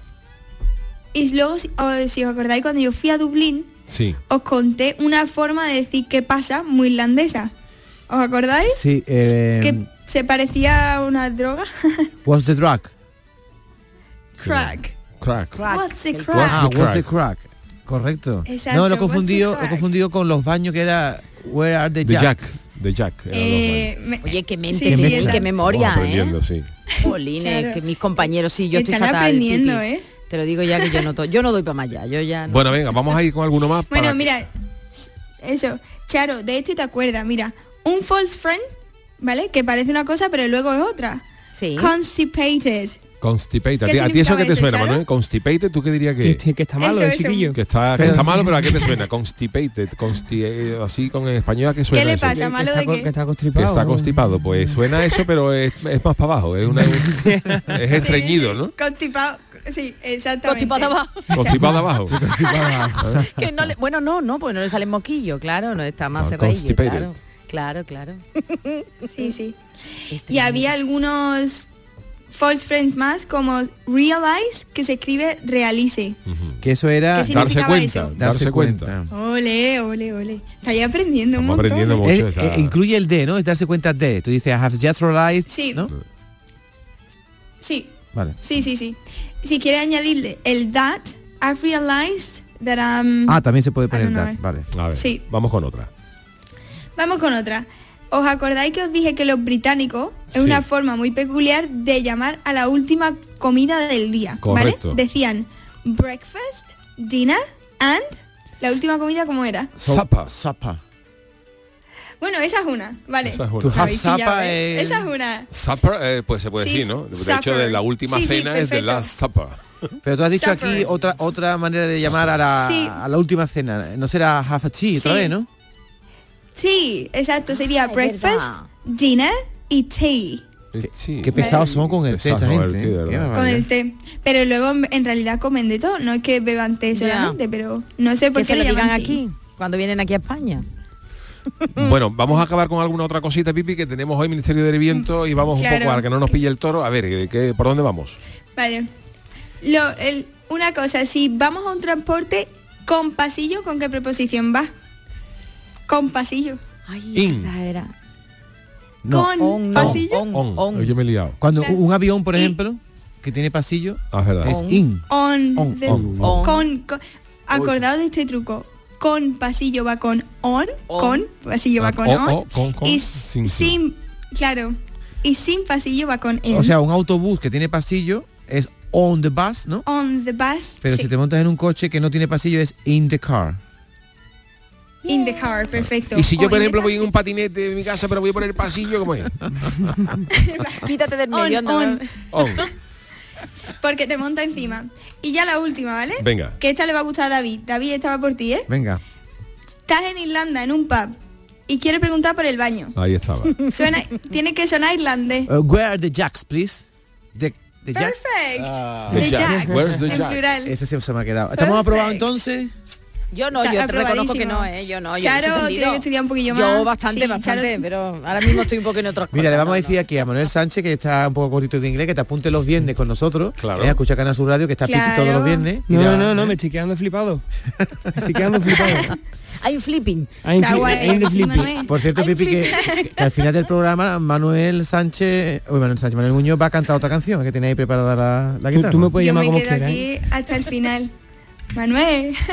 Speaker 13: y luego si, o- si os acordáis, cuando yo fui a Dublín,
Speaker 10: Sí.
Speaker 13: os conté una forma de decir qué pasa muy irlandesa. ¿Os acordáis?
Speaker 14: Sí, eh,
Speaker 13: Que
Speaker 12: em.
Speaker 13: se parecía a una droga.
Speaker 14: what's the drug?
Speaker 13: Crack.
Speaker 10: Crack.
Speaker 13: What's the crack?
Speaker 14: Ah, what's the crack?
Speaker 10: crack?
Speaker 14: Correcto.
Speaker 13: Exacto,
Speaker 14: no, lo he
Speaker 13: what's the
Speaker 14: confundido, lo he
Speaker 13: crack?
Speaker 14: confundido con los baños que era Where are the,
Speaker 10: The Jack.
Speaker 14: jacks?
Speaker 10: The Jack. eran los
Speaker 13: Eh, me-
Speaker 12: Oye, qué mente,
Speaker 13: Sí, sí,
Speaker 12: Pipi,
Speaker 13: esa-
Speaker 12: qué memoria,
Speaker 10: Vamos
Speaker 12: ¿eh?
Speaker 10: aprendiendo, sí.
Speaker 12: Jolines,
Speaker 13: Claro.
Speaker 12: que mis compañeros, sí, yo estoy
Speaker 13: Están
Speaker 12: fatal.
Speaker 13: aprendiendo,
Speaker 12: Pipi.
Speaker 13: ¿eh?
Speaker 12: Te lo digo ya que yo no, to- yo no doy para más allá, yo ya no.
Speaker 10: Bueno, venga, vamos a ir con alguno más.
Speaker 13: Bueno,
Speaker 10: para-
Speaker 13: mira, s- eso, Charo, de este te acuerdas, mira, un false friend, ¿vale? Que parece una cosa, pero luego es otra.
Speaker 12: Sí.
Speaker 13: Constipated.
Speaker 10: Constipated. ¿A
Speaker 13: ¿Qué
Speaker 10: ti- ¿A ti eso
Speaker 13: significaba
Speaker 10: que te
Speaker 13: eso,
Speaker 10: suena,
Speaker 13: Charo?
Speaker 10: Manuel? Constipated, ¿tú qué dirías que es?
Speaker 15: Que está malo
Speaker 13: Eso,
Speaker 15: el
Speaker 13: eso.
Speaker 15: chiquillo.
Speaker 10: Que está, que
Speaker 15: Pero-
Speaker 10: está malo, pero ¿a qué te suena? Constipated, consti eh, así con en español, ¿a qué suena
Speaker 13: le
Speaker 10: eso?
Speaker 13: pasa? ¿Malo
Speaker 15: está
Speaker 13: de
Speaker 15: co-
Speaker 13: qué?
Speaker 15: Que está
Speaker 10: Que
Speaker 15: constipado.
Speaker 10: está constipado, pues suena eso, pero es, es más para abajo, es, una, es estreñido, ¿no?
Speaker 13: Constipado, sí, exactamente.
Speaker 12: Constipada abajo.
Speaker 10: Constipado abajo.
Speaker 12: que no le- bueno, no, no, pues no le sale moquillo, claro, no está más
Speaker 10: No,
Speaker 12: cerradillo,
Speaker 10: constipated.
Speaker 12: claro. Claro, claro.
Speaker 13: Sí, sí.
Speaker 12: Este
Speaker 13: Y había algunos false friends más como realize, que se escribe realice.
Speaker 14: Que eso era
Speaker 13: ¿Qué significa?
Speaker 10: Darse
Speaker 13: significaba
Speaker 10: cuenta,
Speaker 13: eso?
Speaker 10: darse cuenta.
Speaker 13: Ole, ole, ole. Estaría aprendiendo
Speaker 10: Estamos
Speaker 13: un montón.
Speaker 10: aprendiendo
Speaker 14: Es-
Speaker 10: mucho.
Speaker 14: eh,
Speaker 10: está-
Speaker 14: incluye el D, ¿no? Es darse cuenta de. Tú dices, I have just realized.
Speaker 13: Sí.
Speaker 14: ¿no?
Speaker 13: Sí,
Speaker 14: Vale.
Speaker 13: sí, sí, sí. Si quiere añadirle el that, I've realized that I'm...
Speaker 14: Ah, también se puede
Speaker 13: I
Speaker 14: poner
Speaker 13: don't know. eh.
Speaker 14: that. Vale.
Speaker 10: A ver,
Speaker 13: Sí.
Speaker 10: vamos con otra.
Speaker 13: Vamos con otra. ¿Os acordáis que os dije que los británicos es
Speaker 10: Sí.
Speaker 13: una forma muy peculiar de llamar a la última comida del día?
Speaker 10: Correcto.
Speaker 13: ¿Vale? Decían breakfast, dinner and... ¿La última comida cómo era?
Speaker 10: Sapa.
Speaker 14: Sapa.
Speaker 13: Bueno, esa es una, vale.
Speaker 10: Esa es una.
Speaker 14: To
Speaker 13: Me
Speaker 14: have
Speaker 13: habéis pillado,
Speaker 14: sapa
Speaker 13: ¿eh?
Speaker 14: es-
Speaker 13: Esa es una.
Speaker 10: Supper, eh, pues se puede
Speaker 13: Sí,
Speaker 10: decir, ¿no? De
Speaker 13: supper.
Speaker 10: hecho, de la última
Speaker 13: Sí, sí,
Speaker 10: cena es de
Speaker 13: perfecto.
Speaker 10: Last Supper.
Speaker 14: Pero tú has dicho
Speaker 13: Supper.
Speaker 14: aquí otra otra manera de llamar a la,
Speaker 13: Sí.
Speaker 14: a la última cena. No será half a tea otra
Speaker 13: Sí.
Speaker 14: vez, ¿no?
Speaker 13: Sí, exacto, sería
Speaker 12: es
Speaker 13: breakfast,
Speaker 12: verdad.
Speaker 13: dinner y tea.
Speaker 10: Eh, Sí.
Speaker 14: Qué pesados somos con el té
Speaker 10: Pesados
Speaker 14: esta
Speaker 10: con el
Speaker 14: gente.
Speaker 10: té,
Speaker 14: ¿eh?
Speaker 10: de
Speaker 14: Qué
Speaker 10: verdad.
Speaker 13: Con
Speaker 14: barbaridad.
Speaker 13: el té. Pero luego en- en realidad comen de todo. No es que beban té
Speaker 12: Ya.
Speaker 13: solamente, pero no sé por
Speaker 12: que
Speaker 13: qué
Speaker 12: se lo
Speaker 13: le
Speaker 12: digan
Speaker 13: llaman tea.
Speaker 12: aquí, cuando vienen aquí a España.
Speaker 10: Bueno, vamos a acabar con alguna otra cosita, Pipi, que tenemos hoy Ministerio del Viento y vamos un
Speaker 13: Claro.
Speaker 10: poco a que no nos pille el toro. A ver, ¿qué- qué- ¿por dónde vamos?
Speaker 13: Vale. Lo- el- una cosa, si vamos a un transporte con pasillo, ¿con qué preposición va? Con pasillo.
Speaker 12: Ay,
Speaker 10: In.
Speaker 12: esta era.
Speaker 14: No,
Speaker 13: con
Speaker 12: on,
Speaker 13: pasillo.
Speaker 12: On,
Speaker 10: On.
Speaker 12: on.
Speaker 10: Yo me he liado.
Speaker 14: Cuando
Speaker 13: Claro.
Speaker 14: un avión, por
Speaker 13: Y-
Speaker 14: ejemplo, que tiene pasillo,
Speaker 10: Ah, es verdad.
Speaker 14: es
Speaker 12: On.
Speaker 14: in.
Speaker 13: On.
Speaker 14: On,
Speaker 13: the-
Speaker 10: on,
Speaker 12: on.
Speaker 13: Con, con- acordaos de este truco. Con pasillo va con on,
Speaker 12: On.
Speaker 13: con pasillo va
Speaker 10: Ah,
Speaker 13: con
Speaker 10: o-
Speaker 13: on.
Speaker 10: o- con- con,
Speaker 13: y
Speaker 10: sin-
Speaker 13: sin,
Speaker 10: sin.
Speaker 13: claro. Y sin pasillo va con en.
Speaker 14: O sea, un autobús que tiene pasillo es on the bus, ¿no?
Speaker 13: on the bus.
Speaker 14: Pero
Speaker 13: sí.
Speaker 14: si te montas en un coche que no tiene pasillo es in the car.
Speaker 13: In the car, perfecto.
Speaker 10: Y si yo,
Speaker 13: O
Speaker 10: por
Speaker 13: in
Speaker 10: ejemplo,
Speaker 13: the
Speaker 10: voy en
Speaker 13: taxi.
Speaker 10: un patinete de Este mi casa, pero voy por el pasillo, ¿cómo es?
Speaker 12: Quítate del
Speaker 13: On,
Speaker 12: medio, anda.
Speaker 13: on.
Speaker 10: On.
Speaker 13: porque te monta encima. Y ya la última, ¿vale?
Speaker 10: Venga.
Speaker 13: Que esta le va a gustar a David. David, esta va por ti, ¿eh?
Speaker 14: Venga.
Speaker 13: Estás en Irlanda, en un pub, y quiere preguntar por el baño.
Speaker 10: Ahí estaba.
Speaker 13: Suena, tiene que sonar irlandés.
Speaker 14: Uh, where are the jacks, please? The, the jacks.
Speaker 13: Perfect.
Speaker 14: Ah. The
Speaker 13: the
Speaker 14: jacks.
Speaker 13: jacks,
Speaker 14: Where's the
Speaker 13: en
Speaker 14: jacks?
Speaker 13: plural.
Speaker 14: Ese sí se me ha quedado. ¿Estamos aprobados entonces?
Speaker 12: Yo no,
Speaker 13: Está
Speaker 12: yo te reconozco que
Speaker 13: aprobadísimo.
Speaker 12: no, ¿eh? yo no. Yo
Speaker 13: Charo
Speaker 12: no soy
Speaker 13: tiene
Speaker 12: tendido.
Speaker 13: que estudiar un poquillo
Speaker 12: Yo
Speaker 13: más.
Speaker 12: bastante,
Speaker 13: Sí,
Speaker 12: bastante,
Speaker 13: Charo-
Speaker 12: pero ahora mismo estoy un poco en otros
Speaker 14: Mira, le vamos a decir aquí a Manuel Sánchez, que está un poco cortito de inglés, que te apunte los viernes con nosotros. Claro. escucha Canal Sur Radio, que está piqui todos los viernes.
Speaker 15: No,
Speaker 14: Mira,
Speaker 15: no, no, no, me estoy quedando flipado. Me estoy quedando flipado.
Speaker 12: Hay un flipping.
Speaker 15: Hay un fli- hay un flipping.
Speaker 14: Por cierto, Pipi, que, que al final del programa Manuel Sánchez, uy, Manuel Sánchez, Manuel Muñoz va a cantar otra canción, que tiene ahí preparada la, la guitarra.
Speaker 13: Yo me quedo
Speaker 15: ¿eh?
Speaker 13: aquí hasta el final. Manuel.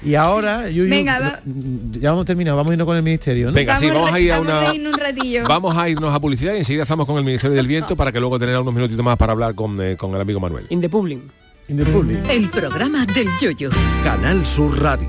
Speaker 14: Y ahora, Yuyu,
Speaker 13: Venga, va-
Speaker 14: mm, ya vamos terminado, vamos a irnos con el ministerio, ¿no?
Speaker 10: Venga, sí, vamos a ir a una...
Speaker 13: irnos un ratillo.
Speaker 10: Vamos a irnos a publicidad y enseguida estamos con el Ministerio del Viento para que luego tener unos minutitos más para hablar con, eh, con el amigo Manuel.
Speaker 15: In the public.
Speaker 14: In the public.
Speaker 7: El programa del yoyo.
Speaker 9: Canal Sur Radio.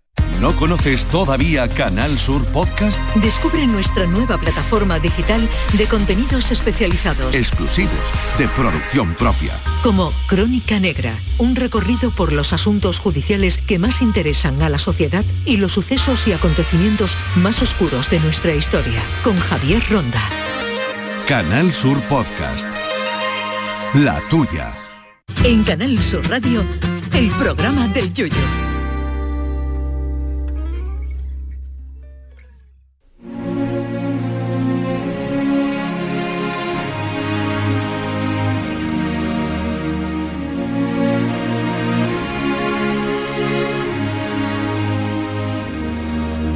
Speaker 23: ¿No conoces todavía Canal Sur Podcast?
Speaker 7: Descubre nuestra nueva plataforma digital de contenidos especializados,
Speaker 23: Exclusivos, de producción propia.
Speaker 7: como Crónica Negra, un recorrido por los asuntos judiciales que más interesan a la sociedad y los sucesos y acontecimientos más oscuros de nuestra historia, con Javier Ronda.
Speaker 23: Canal Sur Podcast. La tuya.
Speaker 7: En Canal Sur Radio, el programa del yoyo.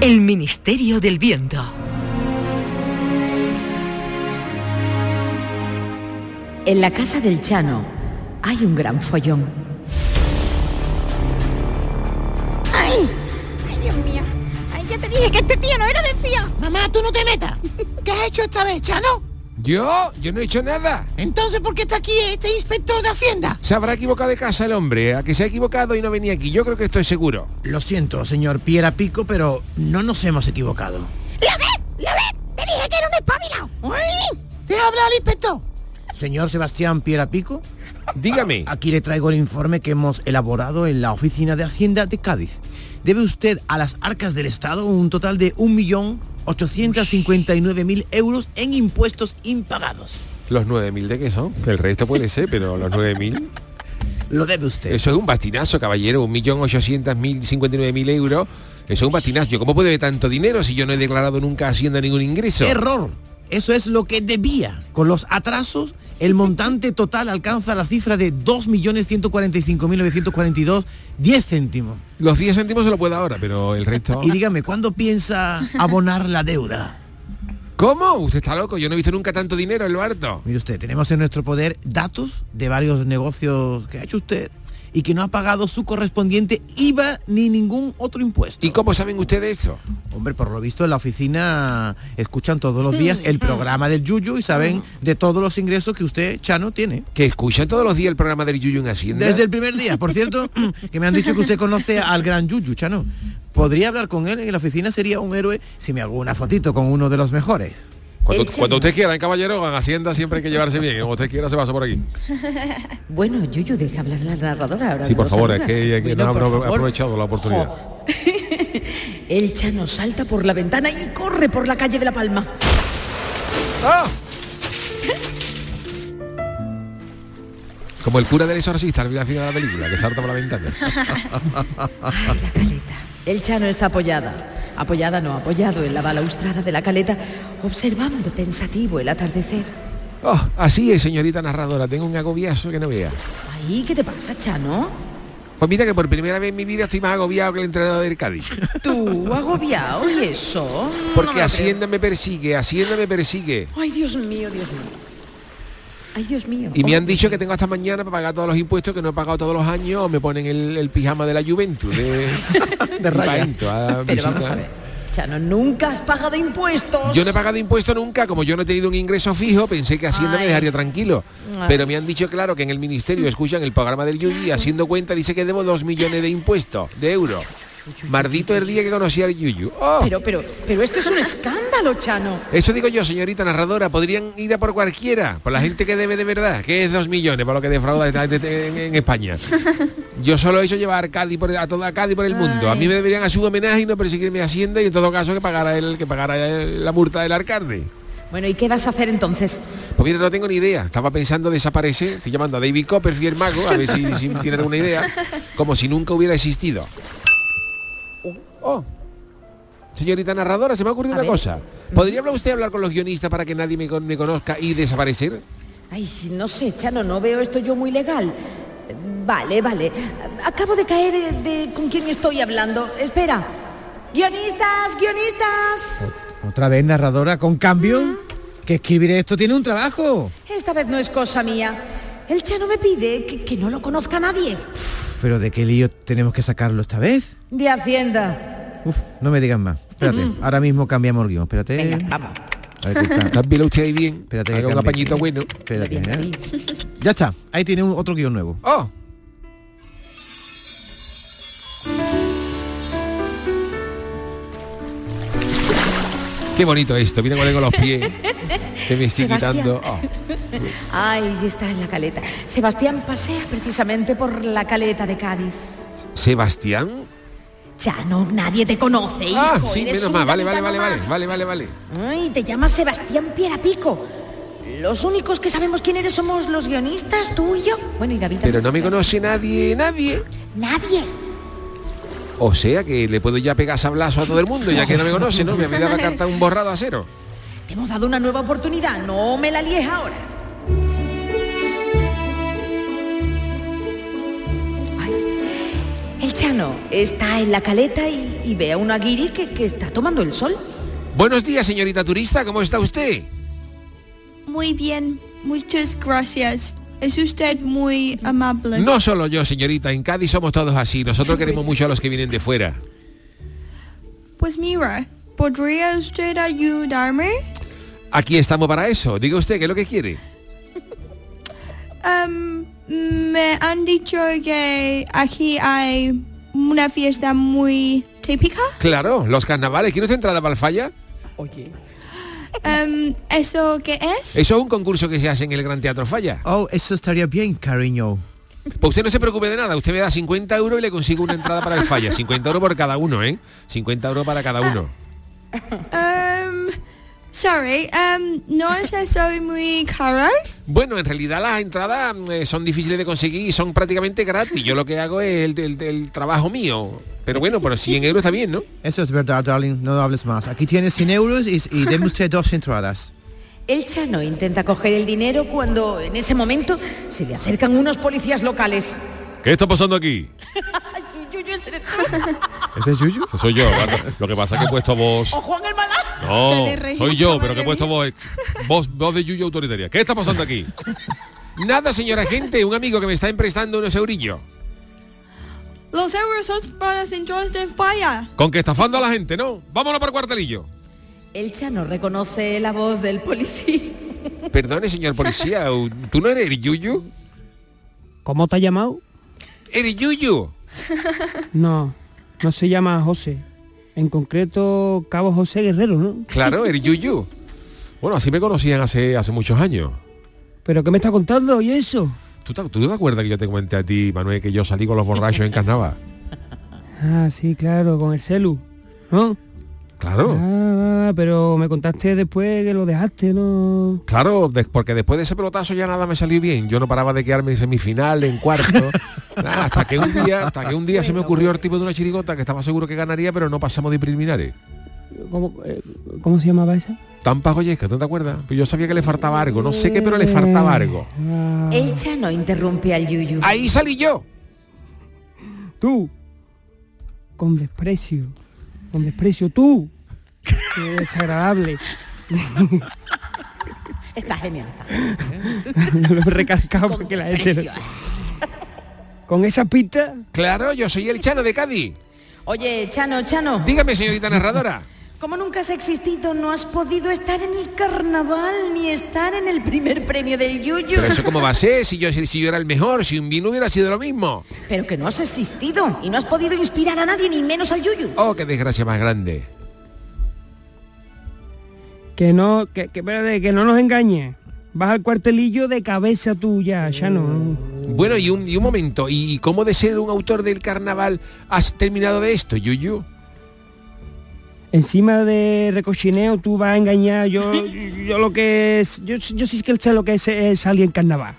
Speaker 7: El Ministerio del Viento.
Speaker 12: En la casa del Chano hay un gran follón.
Speaker 24: ¡Ay! ¡Ay, Dios mío! ¡Ay, ya te dije que este tío no era de fía! Mamá, tú no te metas. ¿Qué has hecho esta vez, Chano?
Speaker 10: Yo, yo no he hecho nada.
Speaker 24: Entonces, ¿por qué está aquí este inspector de Hacienda?
Speaker 10: Se habrá equivocado de casa el hombre, a que se ha equivocado y no venía aquí. Yo creo que estoy seguro.
Speaker 19: Lo siento, señor Piera Pico, pero no nos hemos equivocado.
Speaker 24: ¡La ves! ¡La ves! ¡Te dije que era un espabilado! ¡Ay! ¡Te ¡Eh, habla el inspector!
Speaker 19: Señor Sebastián Piera Pico.
Speaker 10: Dígame.
Speaker 19: Aquí le traigo el informe que hemos elaborado en la Oficina de Hacienda de Cádiz. Debe usted a las arcas del Estado un total de 1.859.000 euros en impuestos impagados.
Speaker 10: ¿Los 9.000 de qué son? El resto puede ser, pero los 9.000...
Speaker 19: Lo debe usted.
Speaker 10: Eso es un bastinazo, caballero. 1.859.000 euros. Eso es un bastinazo. Yo, ¿Cómo puede haber tanto dinero si yo no he declarado nunca haciendo ningún ingreso?
Speaker 19: Error. Eso es lo que debía. Con los atrasos, el montante total alcanza la cifra de 2.145.942, 10 céntimos.
Speaker 10: Los 10 céntimos se lo puede ahora, pero el resto...
Speaker 19: Y dígame, ¿cuándo piensa abonar la deuda?
Speaker 10: ¿Cómo? Usted está loco. Yo no he visto nunca tanto dinero, el barto.
Speaker 19: Mire usted, tenemos en nuestro poder datos de varios negocios que ha hecho usted y que no ha pagado su correspondiente IVA ni ningún otro impuesto. ¿Y
Speaker 10: cómo saben ustedes eso?
Speaker 19: Hombre, por lo visto en la oficina escuchan todos los días el programa del Yuyu y saben de todos los ingresos que usted, Chano, tiene.
Speaker 10: Que escuchan todos los días el programa del Yuyu en Hacienda.
Speaker 19: Desde el primer día, por cierto, que me han dicho que usted conoce al gran Yuyu, Chano. Podría hablar con él en la oficina, sería un héroe si me hago una fotito con uno de los mejores.
Speaker 10: Cuando, cuando usted quiera, en caballero, en Hacienda siempre hay que llevarse bien. Cuando usted quiera, se pasa por aquí.
Speaker 12: Bueno, Yuyu, deja hablar la narradora ahora.
Speaker 10: Sí, por
Speaker 12: ¿no
Speaker 10: favor, es
Speaker 12: saludas?
Speaker 10: que, es que
Speaker 12: Bueno,
Speaker 10: no ha
Speaker 12: por
Speaker 10: apro-
Speaker 12: favor.
Speaker 10: aprovechado la oportunidad.
Speaker 12: El Chano salta por la ventana y corre por la calle de La Palma.
Speaker 10: Como el cura del exorcista al final de la película, que salta por la ventana.
Speaker 12: El Chano está apoyada, apoyada no, apoyado en la balaustrada de la caleta, observando pensativo el atardecer.
Speaker 10: Oh, así es, señorita narradora, tengo un agobiazo que no vea.
Speaker 12: Ay, ¿qué te pasa, Chano?
Speaker 10: Pues mira que por primera vez en mi vida estoy más agobiado que el entrenador del Cádiz.
Speaker 12: Tú, agobiado, ¿y eso? No me
Speaker 10: Porque
Speaker 12: lo
Speaker 10: Hacienda me persigue, Hacienda me persigue.
Speaker 12: creo. Ay, Dios mío, Dios mío. Ay, Dios mío.
Speaker 10: Y me
Speaker 12: Oh,
Speaker 10: han dicho que tengo hasta mañana para pagar todos los impuestos que no he pagado todos los años o me ponen el, el pijama de la Juventus de, de
Speaker 12: raya.
Speaker 10: Paento a
Speaker 12: Pero vamos
Speaker 10: visitar.
Speaker 12: a ver. Chano, nunca has pagado impuestos.
Speaker 10: Yo no he pagado impuestos nunca, como yo no he tenido un ingreso fijo, pensé que Hacienda me dejaría tranquilo.
Speaker 12: Ay.
Speaker 10: Pero me han dicho, claro, que en el
Speaker 12: Mm.
Speaker 10: ministerio escuchan el programa del Yuyi, y haciendo cuenta, dice que debo dos millones de impuestos, de euros. Maldito el día que conocí al Yuyu. Oh,
Speaker 12: Pero, pero, pero esto es un escándalo, Chano.
Speaker 10: Eso digo yo, señorita narradora, podrían ir a por cualquiera, por la gente que debe de verdad, que es dos millones para lo que defrauda esta gente en, en España. Yo solo he hecho llevar Cádiz por, a toda Cádiz por el mundo. A mí me deberían hacer un homenaje y no perseguirme a Hacienda y en todo caso que pagara el, que pagara el- la multa del alcalde.
Speaker 12: Bueno, ¿y qué vas a hacer entonces?
Speaker 10: Pues mira, no tengo ni idea. Estaba pensando desaparecer. Estoy llamando a David Copperfield Mago, a ver si, si tiene alguna idea. Como si nunca hubiera existido. Oh. Señorita narradora, se me ha ocurrido
Speaker 12: A
Speaker 10: una
Speaker 12: ver.
Speaker 10: cosa. ¿Podría hablar usted hablar con los guionistas para que nadie me, con- me conozca y desaparecer?
Speaker 12: Ay, no sé, Chano, no veo esto yo muy legal. Vale, vale. Acabo de caer eh, de con quién estoy hablando. Espera. Guionistas, guionistas.
Speaker 19: Otra vez narradora con cambio. Que escribir esto tiene un trabajo.
Speaker 12: Esta vez no es cosa mía. El Chano me pide que, que no lo conozca nadie.
Speaker 19: Pero ¿de qué lío tenemos que sacarlo esta vez?
Speaker 12: De Hacienda.
Speaker 19: Uf, no me digan más. Espérate,
Speaker 12: Ujú.
Speaker 19: ahora mismo cambiamos el guión. Espérate.
Speaker 12: Venga, vamos.
Speaker 19: A ver, que está-
Speaker 10: Cámbielo usted ahí bien.
Speaker 19: Espérate, que
Speaker 10: Haga un
Speaker 19: cambie.
Speaker 10: apañito bueno.
Speaker 19: Espérate, ¿eh? Ya está. Ahí tiene un- otro guión nuevo.
Speaker 10: ¡Oh! Qué bonito esto. Mira cuál tengo los pies. Que me estoy
Speaker 12: Sebastián.
Speaker 10: quitando. Oh.
Speaker 12: Ay, y está en la caleta. Sebastián pasea precisamente por la caleta de Cádiz.
Speaker 10: ¿Sebastián?
Speaker 12: Chano, nadie te conoce, hijo.
Speaker 10: Ah, sí,
Speaker 12: Eres
Speaker 10: menos
Speaker 12: un
Speaker 10: mal. Vale, vale,
Speaker 12: gaditano
Speaker 10: vale, vale,
Speaker 12: más.
Speaker 10: vale, vale, vale.
Speaker 12: Ay, te llamas Sebastián Pierapico. Los únicos que sabemos quién eres somos los guionistas, tú y yo. Bueno, y David.
Speaker 10: Pero
Speaker 12: también.
Speaker 10: no me conoce nadie, nadie.
Speaker 12: Nadie.
Speaker 10: O sea que le puedo ya pegar sablazo a todo el mundo, ya que no me conoce, ¿no? Me dado la carta un borrado a cero.
Speaker 12: Te hemos dado una nueva oportunidad. No me la lies ahora. Ay. El Chano está en la caleta y, y ve a una guiri que, que está tomando el sol.
Speaker 10: Buenos días, señorita turista, ¿cómo está usted?
Speaker 13: Muy bien, muchas gracias. Es usted muy amable.
Speaker 10: No solo yo, señorita, en Cádiz somos todos así. Nosotros queremos mucho a los que vienen de fuera.
Speaker 13: Pues mira, ¿podría usted ayudarme?
Speaker 10: Aquí estamos para eso. Diga usted, ¿qué es lo que quiere?
Speaker 13: Am, Em, me han dicho que aquí hay una fiesta muy típica.
Speaker 10: Claro, los carnavales. ¿Quiere usted entrada para el falla?
Speaker 13: Am, Em, ¿Eso qué es?
Speaker 10: Eso es un concurso que se hace en el Gran Teatro Falla.
Speaker 19: Oh, eso estaría bien, cariño.
Speaker 10: Pues usted no se preocupe de nada. Usted me da 50 euros y le consigo una entrada para el falla. 50 euros por cada uno, ¿eh? 50 euros para cada uno.
Speaker 13: Am, Em, sorry, am, no es eso muy caro.
Speaker 10: Bueno, en realidad las entradas mm, eh, son difíciles de conseguir y son prácticamente gratis. Yo lo que hago es el, el- el trabajo mío. Pero bueno, por 100 euros está bien, ¿no?
Speaker 19: Eso es verdad, darling. No hables más. Aquí tienes 100 euros y, y deme usted dos entradas.
Speaker 12: El Chano intenta coger el dinero cuando en ese momento se le acercan unos policías locales.
Speaker 3: ¿Qué está pasando aquí?
Speaker 12: Ay, su yuyu es el- ¿Este
Speaker 19: ¿Ese es Yuyu?
Speaker 3: Soy yo. vas- Lo que pasa es que he puesto voz.
Speaker 12: O Juan el Malá.
Speaker 3: No,
Speaker 12: Que le reí
Speaker 3: soy
Speaker 12: mucho,
Speaker 3: yo, pero
Speaker 12: madre
Speaker 3: que he puesto voz. Voz, voz de Yuyo autoritaria. ¿Qué está pasando aquí?
Speaker 10: Nada, señora gente, un amigo que me está emprestando unos eurillos.
Speaker 13: Los euros son para St. George de Falla.
Speaker 10: Con que estafando a la gente, ¿no? Vámonos para el cuartelillo.
Speaker 12: El Chano reconoce la voz del policía.
Speaker 10: Perdone, señor policía, u- ¿tú no eres el Yuyu?
Speaker 15: ¿Cómo te ha llamado?
Speaker 10: ¿Eres Yuyu?
Speaker 15: No, no se llama José. En concreto, Cabo José Guerrero, ¿no?
Speaker 10: Claro, el Yuyu. Bueno, así me conocían hace, hace muchos años.
Speaker 15: ¿Pero qué me está contando y eso?
Speaker 10: ¿Tú te, tú te acuerdas que yo te comenté a ti, Manuel, que yo salí con los borrachos en carnaval?
Speaker 15: Ah, sí, claro, con el celu. ¿no?
Speaker 10: Claro.
Speaker 15: Ah, pero me contaste después que lo dejaste, ¿no?
Speaker 10: Claro, de- porque después de ese pelotazo ya nada me salió bien. Yo no paraba de quedarme en semifinal, en cuarto. Nada, hasta que un día, hasta que un día se me ocurrió el tipo de una chirigota que estaba seguro que ganaría, pero no pasamos de preliminares.
Speaker 15: ¿Cómo, eh, ¿cómo se llamaba esa?
Speaker 10: Tampa Goyesca, ¿tú te acuerdas? Pero yo sabía que le faltaba algo, no sé qué, pero le faltaba algo.
Speaker 15: Ah,
Speaker 12: El Chano interrumpe al Yuyu.
Speaker 10: Ahí salí yo.
Speaker 15: Tú, con desprecio, con desprecio, tú, Qué desagradable.
Speaker 12: Está genial, está
Speaker 15: lo he recalcado porque la gente... lo- Con esa pista...
Speaker 10: Claro, yo soy el Chano de Cádiz.
Speaker 12: Oye, Chano, Chano.
Speaker 10: Dígame, señorita narradora.
Speaker 12: Como nunca has existido, no has podido estar en el carnaval ni estar en el primer premio del Yuyu.
Speaker 10: Pero eso cómo va a ser si yo, si yo era el mejor, si un vino hubiera sido lo mismo.
Speaker 12: Pero que no has existido y no has podido inspirar a nadie, ni menos al Yuyu.
Speaker 10: Oh, qué desgracia más grande.
Speaker 15: Que no, que, que, espérate, que no nos engañes. Vas al cuartelillo de cabeza tuya, ya no.
Speaker 10: Bueno, y un, y un momento, ¿y cómo de ser un autor del carnaval has terminado de esto, Yuyu?
Speaker 15: Encima de recochineo tú vas a engañar. Yo, yo lo que es, yo, yo sí que sé lo que es, es alguien carnaval.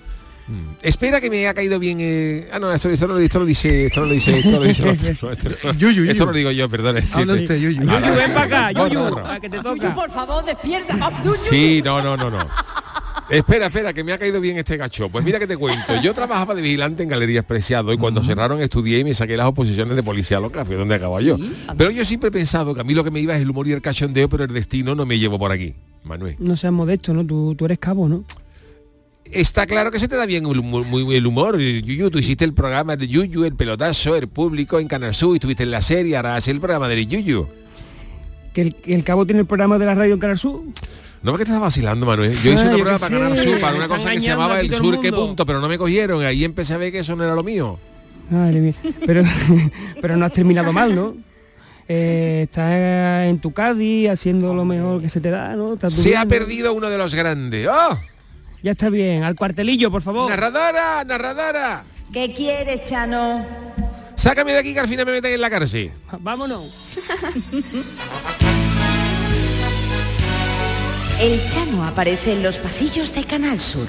Speaker 10: Espera que me ha caído bien. eh, Ah, no, esto, esto no lo esto lo dice, esto no lo dice, esto lo dice. el otro. No, esto, no- esto no lo digo yo, perdón.
Speaker 19: Habla usted, Yuyu.
Speaker 10: Ah,
Speaker 19: Yuyu, ven
Speaker 15: pa' acá,
Speaker 10: otro,
Speaker 15: Yuyu.
Speaker 10: otro.
Speaker 15: que te toca.
Speaker 12: Ah, por favor, despierta. va, Yuyu.
Speaker 10: Sí, no, no, no, no. Espera, espera, que me ha caído bien este gacho. Pues mira que te cuento. Yo trabajaba de vigilante en Galerías Preciado y cuando cerraron estudié y me saqué las oposiciones de policía local, fue donde acababa yo. Pero yo siempre he pensado que a mí lo que me iba es el humor y el cachondeo, pero el destino no me llevó por aquí, Manuel.
Speaker 15: No seas modesto, ¿no? Tú, tú eres cabo, ¿no?
Speaker 10: Está claro que se te da bien el humor, muy, el humor. eh, Yuyu, tú hiciste el programa de Yuyu, el pelotazo, el público en Canal Sur, y estuviste en la serie, ahora haces el programa de Yuyu.
Speaker 15: Que el, que el cabo tiene el programa de la radio en Canal Sur.
Speaker 10: No porque estás vacilando, Manuel. Yo hice
Speaker 15: Ah,
Speaker 10: una
Speaker 15: yo
Speaker 10: prueba
Speaker 15: qué
Speaker 10: para Canal
Speaker 15: sé.
Speaker 10: Sur, para
Speaker 15: Me
Speaker 10: una
Speaker 15: están
Speaker 10: cosa que se
Speaker 15: engañando
Speaker 10: llamaba
Speaker 15: aquí
Speaker 10: el
Speaker 15: todo el
Speaker 10: sur, qué
Speaker 15: mundo.
Speaker 10: punto, pero no me cogieron. Ahí empecé a ver que eso no era lo mío.
Speaker 15: Madre mía. Pero, pero no has terminado mal, ¿no? Eh, estás en tu Cádiz haciendo lo mejor que se te da, ¿no? Estás
Speaker 10: Se ha
Speaker 15: durmiendo.
Speaker 10: perdido uno de los grandes. ¡Oh!
Speaker 15: Ya está bien, al cuartelillo, por favor.
Speaker 10: ¡Narradora! ¡Narradora!
Speaker 12: ¿Qué quieres, Chano?
Speaker 10: Sácame de aquí que al final me meten en la cárcel.
Speaker 15: Vámonos.
Speaker 12: El Chano aparece en los pasillos de Canal Sur.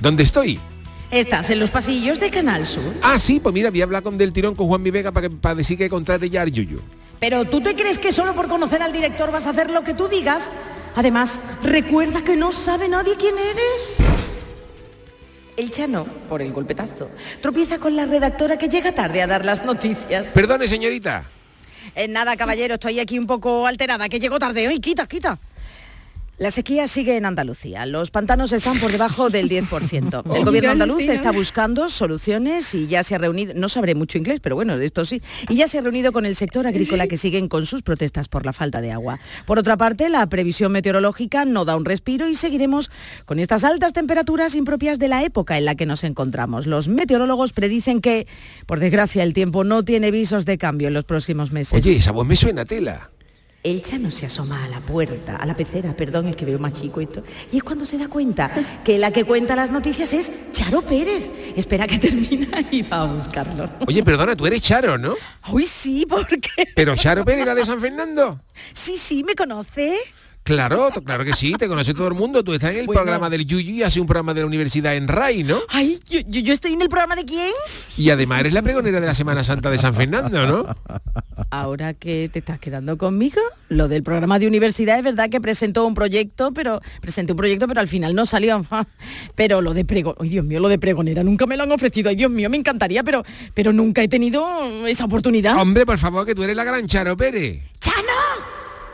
Speaker 10: ¿Dónde estoy?
Speaker 12: ¿Estás en los pasillos de Canal Sur?
Speaker 10: Ah, sí, pues mira, voy a hablar con del tirón con Juan Mi Vega para, que- para decir que contrate ya al Yuyu.
Speaker 12: Pero ¿tú te crees que solo por conocer al director vas a hacer lo que tú digas? Además, recuerda que no sabe nadie quién eres. El Chano, por el golpetazo, tropieza con la redactora que llega tarde a dar las noticias.
Speaker 10: Perdone, señorita.
Speaker 12: Eh, nada, caballero, estoy aquí un poco alterada, que llego tarde hoy. Quita, quita. La sequía sigue en Andalucía. Los pantanos están por debajo del 10%. El
Speaker 7: Oh.
Speaker 12: gobierno andaluz
Speaker 7: Alucina.
Speaker 12: está buscando soluciones y ya se ha reunido, no sabré mucho inglés, pero bueno, esto sí, y ya se ha reunido con el sector agrícola que siguen con sus protestas por la falta de agua. Por otra parte, la previsión meteorológica no da un respiro y seguiremos con estas altas temperaturas impropias de la época en la que nos encontramos. Los meteorólogos predicen que, por desgracia, el tiempo no tiene visos de cambio en los próximos meses.
Speaker 10: Oye, esa voz me suena tela.
Speaker 12: El Chano se asoma a la puerta, a la pecera, perdón, es que veo más chico esto, y es cuando se da cuenta que la que cuenta las noticias es Charo Pérez. Espera que termina y va a buscarlo.
Speaker 10: Oye, perdona, tú eres Charo, ¿no?
Speaker 12: Uy, sí, porque...
Speaker 10: Pero Charo Pérez era de San Fernando.
Speaker 12: Sí, sí, ¿me conoce?
Speaker 10: Claro, t- claro que sí, te conoce todo el mundo. Tú estás en el
Speaker 12: Bueno.
Speaker 10: programa del Yuyu y hace un programa de la universidad en RAI, ¿no?
Speaker 12: Ay, yo, yo- yo estoy en el programa de quién?
Speaker 10: Y además eres la pregonera de la Semana Santa de San Fernando, ¿no?
Speaker 12: Ahora que te estás quedando conmigo, lo del programa de universidad es verdad que presentó un proyecto, pero presenté un proyecto, pero al final no salió. Pero lo de prego, ay Dios mío, lo de pregonera nunca me lo han ofrecido. Ay Dios mío, me encantaría, pero pero nunca he tenido esa oportunidad.
Speaker 10: Hombre, por favor, que tú eres la gran Charo Pérez.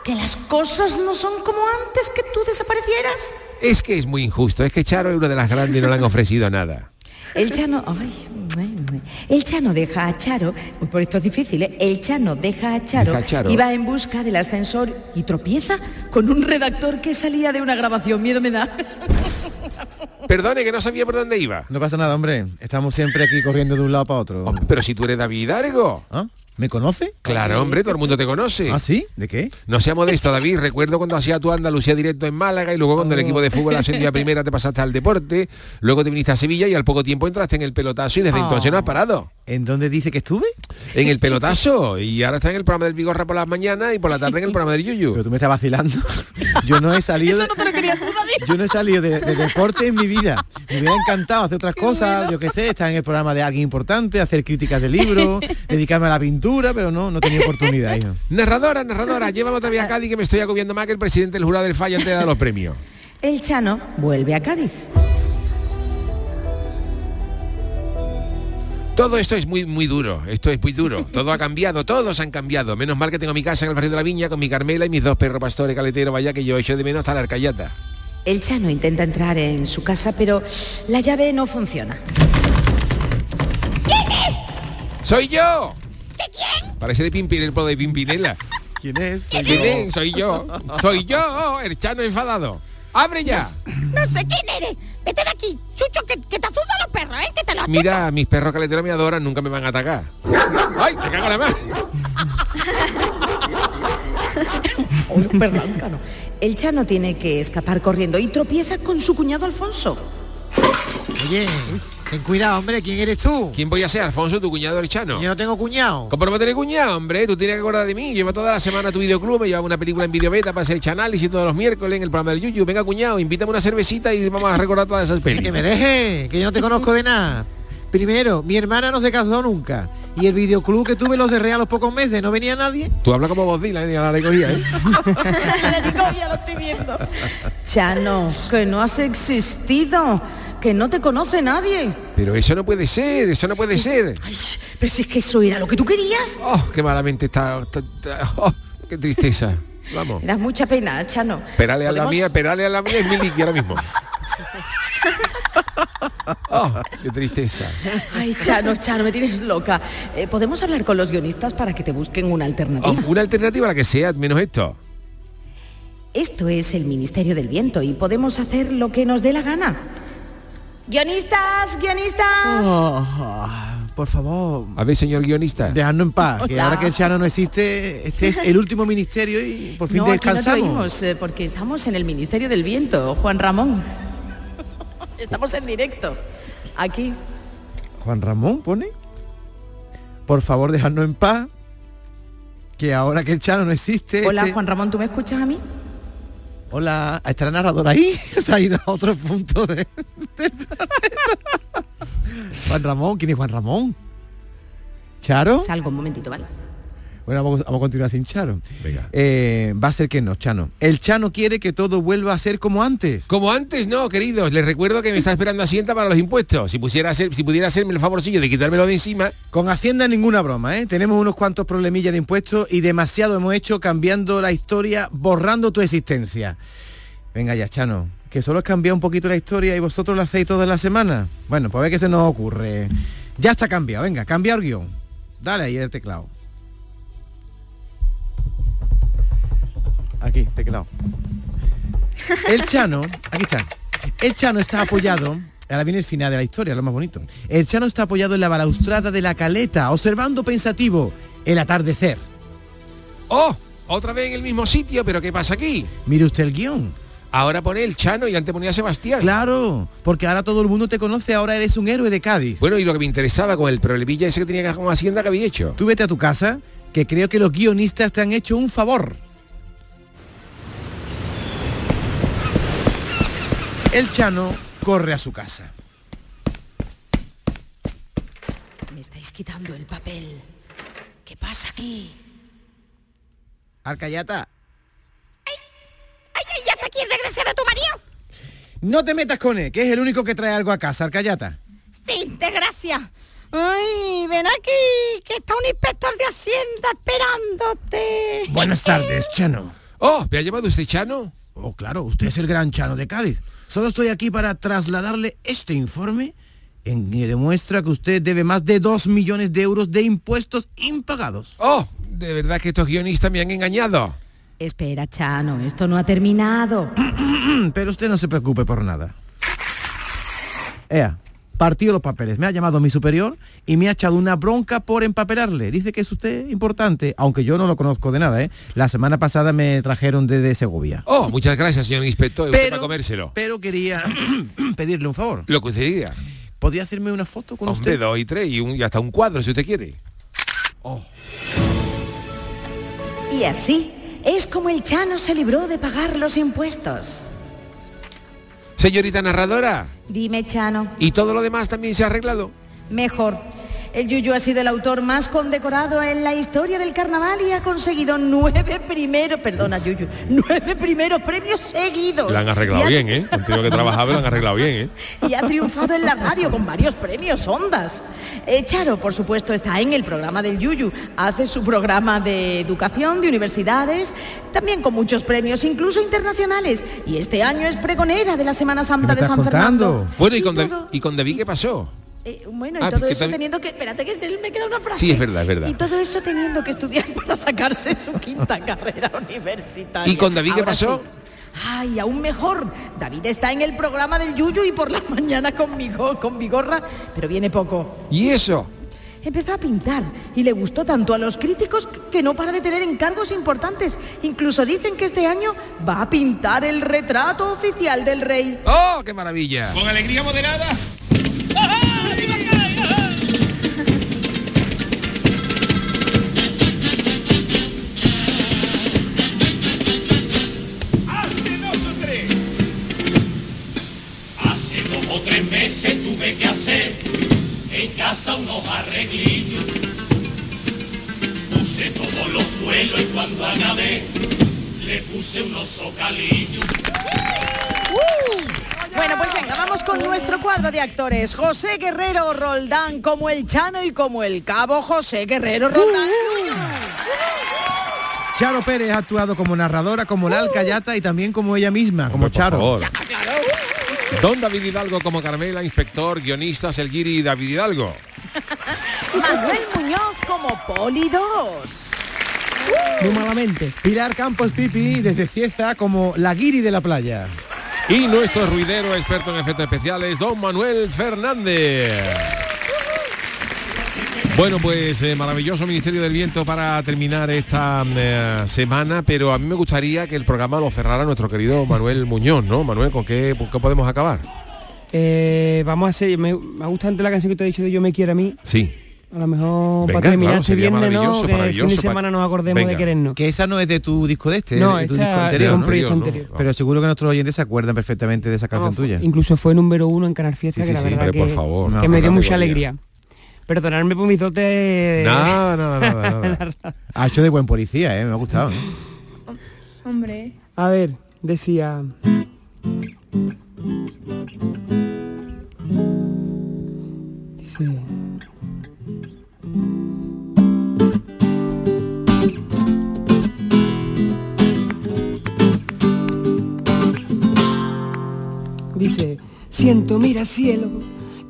Speaker 12: Que las cosas no son como antes que tú desaparecieras.
Speaker 10: Es que es muy injusto, es que Charo es una de las grandes y no le han ofrecido nada.
Speaker 12: El Chano, ay, bueno, el Chano deja a Charo, uy, por esto es difícil, ¿eh? el Chano deja a Charo,
Speaker 10: Deja a Charo.
Speaker 12: y va en busca del ascensor y tropieza con un redactor que salía de una grabación, miedo me da.
Speaker 10: Perdone, que no sabía por dónde iba. Oh,
Speaker 19: No pasa nada, hombre. Estamos siempre aquí corriendo de un lado para otro. ¿Ah?
Speaker 10: Pero si tú eres David Hidalgo.
Speaker 19: ¿Me conoce?
Speaker 10: Claro, hombre, todo el mundo te conoce.
Speaker 19: ¿Ah, sí? ¿De qué?
Speaker 10: No sea modesto, David. Recuerdo cuando hacía tu Andalucía directo en Málaga y luego cuando
Speaker 19: Oh.
Speaker 10: el equipo de fútbol ascendió a primera te pasaste al deporte, luego te viniste a Sevilla y al poco tiempo entraste en el pelotazo y desde
Speaker 19: Oh.
Speaker 10: entonces no has parado.
Speaker 19: ¿En dónde dice que estuve?
Speaker 10: En el pelotazo. Y ahora está en el programa del Vigorra por las mañanas y por la tarde en el programa del Yuyu.
Speaker 19: Pero tú me estás vacilando. Yo no he salido. de- Yo no he salido de, de deporte en mi vida. Me hubiera encantado hacer otras cosas, yo qué sé, estar en el programa de alguien importante, hacer críticas de libros, dedicarme a la pintura, pero no, no tenía oportunidad, hijo.
Speaker 10: Narradora, narradora, llévame otra vez a Cádiz que me estoy agobiando más que el presidente del jurado del fallo antes de dar los premios.
Speaker 12: El Chano vuelve a Cádiz.
Speaker 10: Todo esto es muy muy duro, esto es muy duro. Todo ha cambiado, todos han cambiado. Menos mal que tengo mi casa en el barrio de la Viña con mi Carmela y mis dos perros pastores caleteros, vaya que yo echo de menos hasta la arcayata.
Speaker 12: El Chano intenta entrar en su casa, pero la llave no funciona.
Speaker 10: ¡Soy yo! ¿De quién? Parece de Pimpinel, pero de Pimpinela.
Speaker 19: ¿Quién es?
Speaker 10: ¿Quién es? Soy yo. Soy yo, el chano enfadado. ¡Abre ya!
Speaker 24: No sé quién eres. Vete de aquí, chucho, que, que te azudan los perros, ¿eh? Que te los
Speaker 10: Mira, mis perros caleteros me adoran, nunca me van a atacar. ¡Ay, te cago en la mano!
Speaker 12: El Chano tiene que escapar corriendo y tropieza con su cuñado Alfonso.
Speaker 1: Oye, ten cuidado, hombre, ¿quién eres tú?
Speaker 10: ¿Quién voy a ser, Alfonso, tu cuñado el chano?
Speaker 1: Yo no tengo cuñado.
Speaker 10: ¿Cómo no va a tener cuñado, hombre? Tú tienes que acordar de mí. Lleva toda la semana a tu videoclub, me lleva una película en videobeta para hacer el análisis todos los miércoles en el programa del Yuyu. Venga, cuñado, invítame una cervecita y vamos a recordar todas esas pelis.
Speaker 1: Que me deje, que yo no te conozco de nada. Primero, mi hermana no se casó nunca. Y el videoclub que tuve los cerré a los pocos meses, no venía nadie.
Speaker 10: Tú hablas como vos, Dylan, ¿eh? la alegoría, ¿eh?
Speaker 12: Chano, que no has existido, que no te conoce nadie.
Speaker 10: Pero eso no puede ser, eso no puede ser.
Speaker 12: Pero si es que eso era lo que tú querías.
Speaker 10: ¡Oh, qué malamente está! está- está- oh, ¡Qué tristeza! Vamos.
Speaker 12: Me das mucha pena, Chano.
Speaker 10: Perale a la
Speaker 12: ¿Podemos?
Speaker 10: mía, perale a la mía es mi liqui ahora mismo. ¡Oh, qué tristeza!
Speaker 12: Ay, Chano, Chano, me tienes loca. Eh, ¿Podemos hablar con los guionistas para que te busquen una
Speaker 10: Oh,
Speaker 12: alternativa?
Speaker 10: una alternativa la que sea, menos esto.
Speaker 12: Esto es el Ministerio del Viento y podemos hacer lo que nos dé la gana. Guionistas, guionistas.
Speaker 19: Oh. por favor.
Speaker 10: A ver, señor guionista.
Speaker 19: Dejadnos en paz, que
Speaker 12: Hola.
Speaker 19: ahora que el Chano no existe, este es el último ministerio y por fin
Speaker 12: no, aquí no te
Speaker 19: descansamos.
Speaker 12: oímos, eh, porque estamos en el Ministerio del Viento, Juan Ramón. Estamos en directo. Aquí.
Speaker 19: Juan Ramón pone. Por favor, dejadnos en paz. Que ahora que el Chano no existe.
Speaker 12: Hola,
Speaker 19: este-
Speaker 12: Juan Ramón, ¿tú me escuchas a mí?
Speaker 19: Hola, está la narradora ahí. Se ha ido a otro punto de. del planeta. Juan Ramón, ¿quién es Juan Ramón? ¿Charo?
Speaker 12: Salgo un momentito, ¿vale?
Speaker 19: Bueno, vamos, vamos a continuar sin Charo.
Speaker 10: Venga.
Speaker 19: Eh, va a ser que no, Chano. El Chano quiere que todo vuelva a ser como antes.
Speaker 10: Como antes, no, queridos. Les recuerdo que me está esperando Hacienda para los impuestos. Si, pusiera hacer, si pudiera hacerme el favorcillo de quitármelo de encima,
Speaker 19: Con Hacienda ninguna broma, ¿eh? Tenemos unos cuantos problemillas de impuestos y demasiado hemos hecho cambiando la historia, borrando tu existencia. Venga ya, Chano, que solo has cambiado un poquito la historia y vosotros la hacéis toda la semana. Bueno, pues a ver qué se nos ocurre. Ya está cambiado, venga, cambia el guión. Dale ahí el teclado. Aquí, teclado. El Chano, aquí está. El Chano está apoyado. Ahora viene el final de la historia, lo más bonito. El Chano está apoyado en la balaustrada de la caleta, observando pensativo el atardecer.
Speaker 10: ¡Oh! Otra vez en el mismo sitio, pero ¿qué pasa aquí?
Speaker 19: Mire usted el guión.
Speaker 10: Ahora pone el Chano y antes ponía Sebastián.
Speaker 19: Claro, porque ahora todo el mundo te conoce, ahora eres un héroe de Cádiz.
Speaker 10: Bueno, y lo que me interesaba con el problemilla ese que tenía que hacer con Hacienda que había hecho.
Speaker 19: Tú vete a tu casa, que creo que los guionistas te han hecho un favor. El Chano corre a su casa.
Speaker 12: Me estáis quitando el papel. ¿Qué pasa aquí?
Speaker 19: Arcayata,
Speaker 24: Ay, ay, ya está aquí el desgraciado de tu marido.
Speaker 19: no te metas con él, que es el único que trae algo a casa, Arcayata.
Speaker 24: Sí, desgracia. Ay, ven aquí, que está un inspector de Hacienda esperándote.
Speaker 19: Buenas tardes, Chano.
Speaker 10: ¡Oh! ¿Me ha llamado usted Chano?
Speaker 19: Oh, claro, usted es el gran Chano de Cádiz. Solo estoy aquí para trasladarle este informe en que demuestra que usted debe más de 2 millones de euros de impuestos impagados.
Speaker 10: ¡Oh! De verdad que estos guionistas me han engañado.
Speaker 12: Espera, Chano, esto no ha terminado.
Speaker 19: Pero usted no se preocupe por nada. Ea, partido los papeles. Me ha llamado mi superior y me ha echado una bronca por empapelarle. Dice que es usted importante, aunque yo no lo conozco de nada, ¿eh? La semana pasada me trajeron desde Segovia.
Speaker 10: Oh, muchas gracias, señor inspector, pero, para comérselo.
Speaker 19: Pero quería pedirle un favor.
Speaker 10: Lo que usted diga.
Speaker 19: ¿Podría hacerme una foto con
Speaker 10: Hombre,
Speaker 19: usted?
Speaker 10: dos y tres y, un, y, hasta un cuadro, si usted quiere. Oh.
Speaker 12: Y así es como el Chano se libró de pagar los impuestos.
Speaker 10: Señorita narradora.
Speaker 12: Dime, Chano.
Speaker 10: ¿Y todo lo demás también se ha arreglado?
Speaker 12: Mejor. El Yuyu ha sido el autor más condecorado en la historia del carnaval y ha conseguido nueve primeros, perdona Yuyu, nueve primeros premios seguidos.
Speaker 10: La han arreglado ha... bien, ¿eh? Contigo que trabajaba, la han arreglado bien,
Speaker 12: ¿eh? Y ha triunfado en la radio con varios premios, ondas. Eh, Charo, por supuesto, está en el programa del Yuyu, hace su programa de educación, de universidades, también con muchos premios, incluso internacionales. Y este año es pregonera de la Semana Santa de San contando? Fernando.
Speaker 10: Bueno, ¿y, con, y, todo... de... ¿y con David qué pasó?
Speaker 12: Eh, bueno, ah, y todo eso también... teniendo que... Espérate que se me queda una frase.
Speaker 10: Sí, es verdad, es verdad.
Speaker 12: Y todo eso teniendo que estudiar para sacarse su quinta carrera universitaria.
Speaker 10: ¿Y con David Ahora qué pasó? Sí.
Speaker 12: Ay, aún mejor. David está en el programa del Yuyu y por la mañana con, mi go... con Vigorra, pero viene poco.
Speaker 10: ¿Y eso?
Speaker 12: Empezó a pintar y le gustó tanto a los críticos que no para de tener encargos importantes. Incluso dicen que este año va a pintar el retrato oficial del rey.
Speaker 10: ¡Oh, qué maravilla!
Speaker 25: Con alegría moderada. meses tuve que hacer en casa unos arreglillos. Puse todos los suelos y cuando acabé le puse unos socalillos.
Speaker 12: Uh, bueno, pues venga, vamos con nuestro cuadro de actores. José Guerrero Roldán como el Chano y como el Cabo José Guerrero Roldán. Uh, uh,
Speaker 19: Charo Pérez ha actuado como narradora, como la Alcayata y también como ella misma, Hombre, como Charo.
Speaker 12: Ah,
Speaker 10: Don David Hidalgo como Carmela, inspector, guionista, Selguiri y David Hidalgo.
Speaker 12: Manuel Muñoz como Poli 2.
Speaker 15: Muy malamente.
Speaker 19: Pilar Campos Pipi desde Cieza como la Guiri de la playa.
Speaker 10: Y nuestro ruidero experto en efectos especiales, don Manuel Fernández. Bueno, pues eh, maravilloso Ministerio del Viento para terminar esta eh, semana, pero a mí me gustaría que el programa lo cerrara nuestro querido Manuel Muñoz, ¿no? Manuel, ¿con qué, con qué podemos acabar?
Speaker 15: Eh, vamos a hacer, me, me, gusta antes la canción que te he dicho de Yo me quiero a mí.
Speaker 10: Sí.
Speaker 15: A lo mejor Venga, para terminar claro, este viernes, ¿no? Que el fin de semana nos acordemos Venga. de querernos.
Speaker 19: Que esa no es de tu disco de este,
Speaker 15: no,
Speaker 19: es de tu
Speaker 15: esta, disco anterior. Un proyecto ¿no? anterior.
Speaker 19: Pero no. seguro que nuestros oyentes se acuerdan perfectamente de esa canción
Speaker 15: fue,
Speaker 19: tuya.
Speaker 15: Incluso fue número uno en Canal Fiesta, sí, sí, que la verdad
Speaker 10: sí,
Speaker 15: que,
Speaker 10: por favor,
Speaker 15: que, que me dio mucha alegría. Perdonadme por mis dotes.
Speaker 10: Nada, nada, nada, nada.
Speaker 19: Ha hecho de buen policía, ¿eh? me ha gustado.
Speaker 13: Hombre.
Speaker 15: A ver, decía. Sí. Dice,
Speaker 16: siento, mira cielo,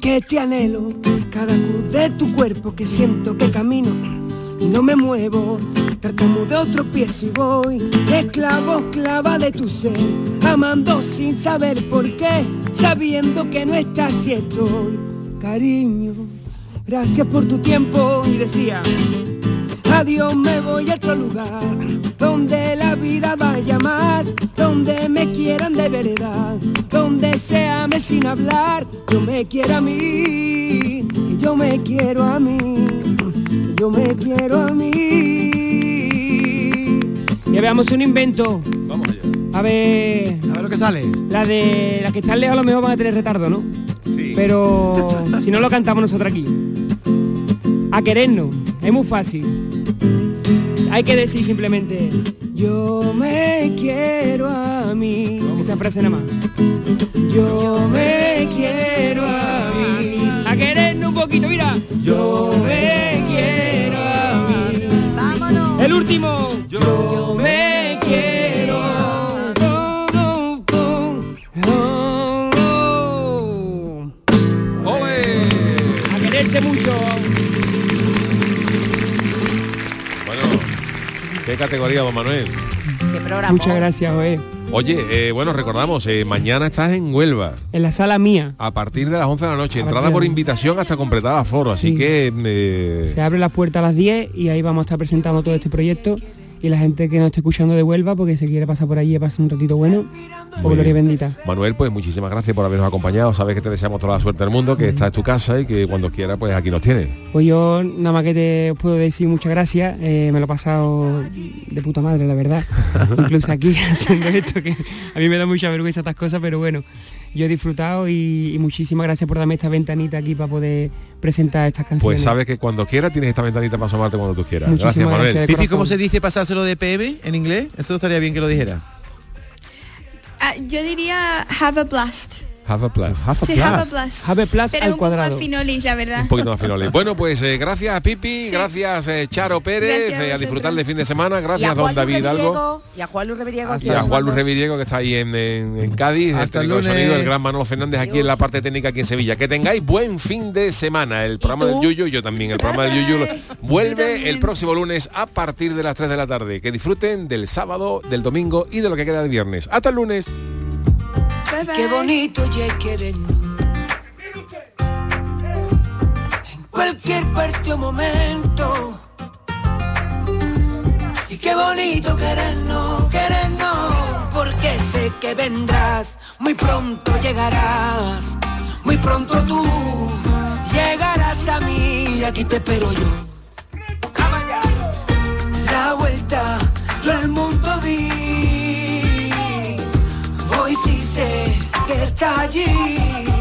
Speaker 16: que te anhelo, cada cruz de tu cuerpo que siento que camino y no me muevo, tartamudeo, tropiezo y voy, esclavo, clava de tu ser, amando sin saber por qué, sabiendo que no estás si estoy, cariño, gracias por tu tiempo y decía, adiós me voy a otro lugar, donde la vida vaya más, donde me quieran de verdad, donde se ame sin hablar, yo me quiero a mí, que yo me quiero a mí, que yo me quiero a mí.
Speaker 15: Ya veamos un invento.
Speaker 10: Vamos allá.
Speaker 15: A ver.
Speaker 19: A ver lo que sale.
Speaker 15: La de las que están lejos a lo mejor van a tener retardo, ¿no?
Speaker 10: Sí.
Speaker 15: Pero si no lo cantamos nosotros aquí. A querernos. Es muy fácil hay que decir simplemente yo me quiero a mí ¿Cómo? esa frase nada más yo, yo me quiero a mí a querernos un poquito mira yo me quiero a mí
Speaker 12: vámonos
Speaker 15: el último
Speaker 12: yo, yo me quiero a mí.
Speaker 15: Oh, oh, oh. a quererse mucho
Speaker 10: ¿Qué categoría, don Manuel?
Speaker 12: ¿Qué
Speaker 15: Muchas gracias, Joé.
Speaker 10: Oye, eh, bueno, recordamos, eh, mañana estás en Huelva.
Speaker 15: En la sala mía.
Speaker 10: A partir de las 11 de la noche, entrada por invitación hasta completada foro, así sí. que... Eh...
Speaker 15: Se abre la puerta a las 10 y ahí vamos a estar presentando todo este proyecto y la gente que nos esté escuchando de Huelva porque se quiere pasar por allí y pasar un ratito bueno por gloria bendita
Speaker 10: Manuel pues muchísimas gracias por habernos acompañado sabes que te deseamos toda la suerte del mundo que mm -hmm. estás en tu casa y que cuando quiera pues aquí nos tienes
Speaker 15: pues yo nada más que te puedo decir muchas gracias eh, me lo he pasado de puta madre la verdad incluso aquí haciendo esto que a mí me da mucha vergüenza estas cosas pero bueno yo he disfrutado y, y muchísimas gracias por darme esta ventanita aquí para poder presentar estas canciones.
Speaker 10: Pues sabes que cuando quieras tienes esta ventanita para asomarte cuando tú quieras. Muchísimas gracias, Manuel. Gracias,
Speaker 19: Pipi, ¿cómo se dice pasárselo de PM en inglés? Eso estaría bien que lo dijera.
Speaker 13: Uh, yo diría have a blast.
Speaker 10: Have a blast. Have a
Speaker 13: sí, blast. Have a blast.
Speaker 15: Have a blast
Speaker 13: Pero
Speaker 15: al
Speaker 13: un
Speaker 15: cuadrado.
Speaker 13: poco más finolis, la verdad.
Speaker 10: Un poquito más finolis. Bueno, pues eh, gracias a Pipi, sí. gracias eh, Charo Pérez, gracias a, eh, a, disfrutar del fin de semana, gracias a, don David Algo.
Speaker 12: Y a Juan Luis Reveriego.
Speaker 10: Y a Juan Luis Reveriego que está ahí en, en, en Cádiz, Hasta el técnico el de sonido, el gran Manolo Fernández aquí en la parte técnica aquí en Sevilla. Que tengáis buen fin de semana. El programa del Yuyu, yo también, el programa del Yuyu vuelve el próximo lunes a partir de las 3 de la tarde. Que disfruten del sábado, del domingo y de lo que queda de viernes. Hasta el lunes.
Speaker 13: Bye bye.
Speaker 16: Qué bonito ya querernos. En cualquier parte o momento. Y qué bonito querernos, querernos. Porque sé que vendrás, muy pronto llegarás. Muy pronto tú llegarás a mí y aquí te espero yo. La vuelta yo al mundo di. Hoy sí sé que está allí.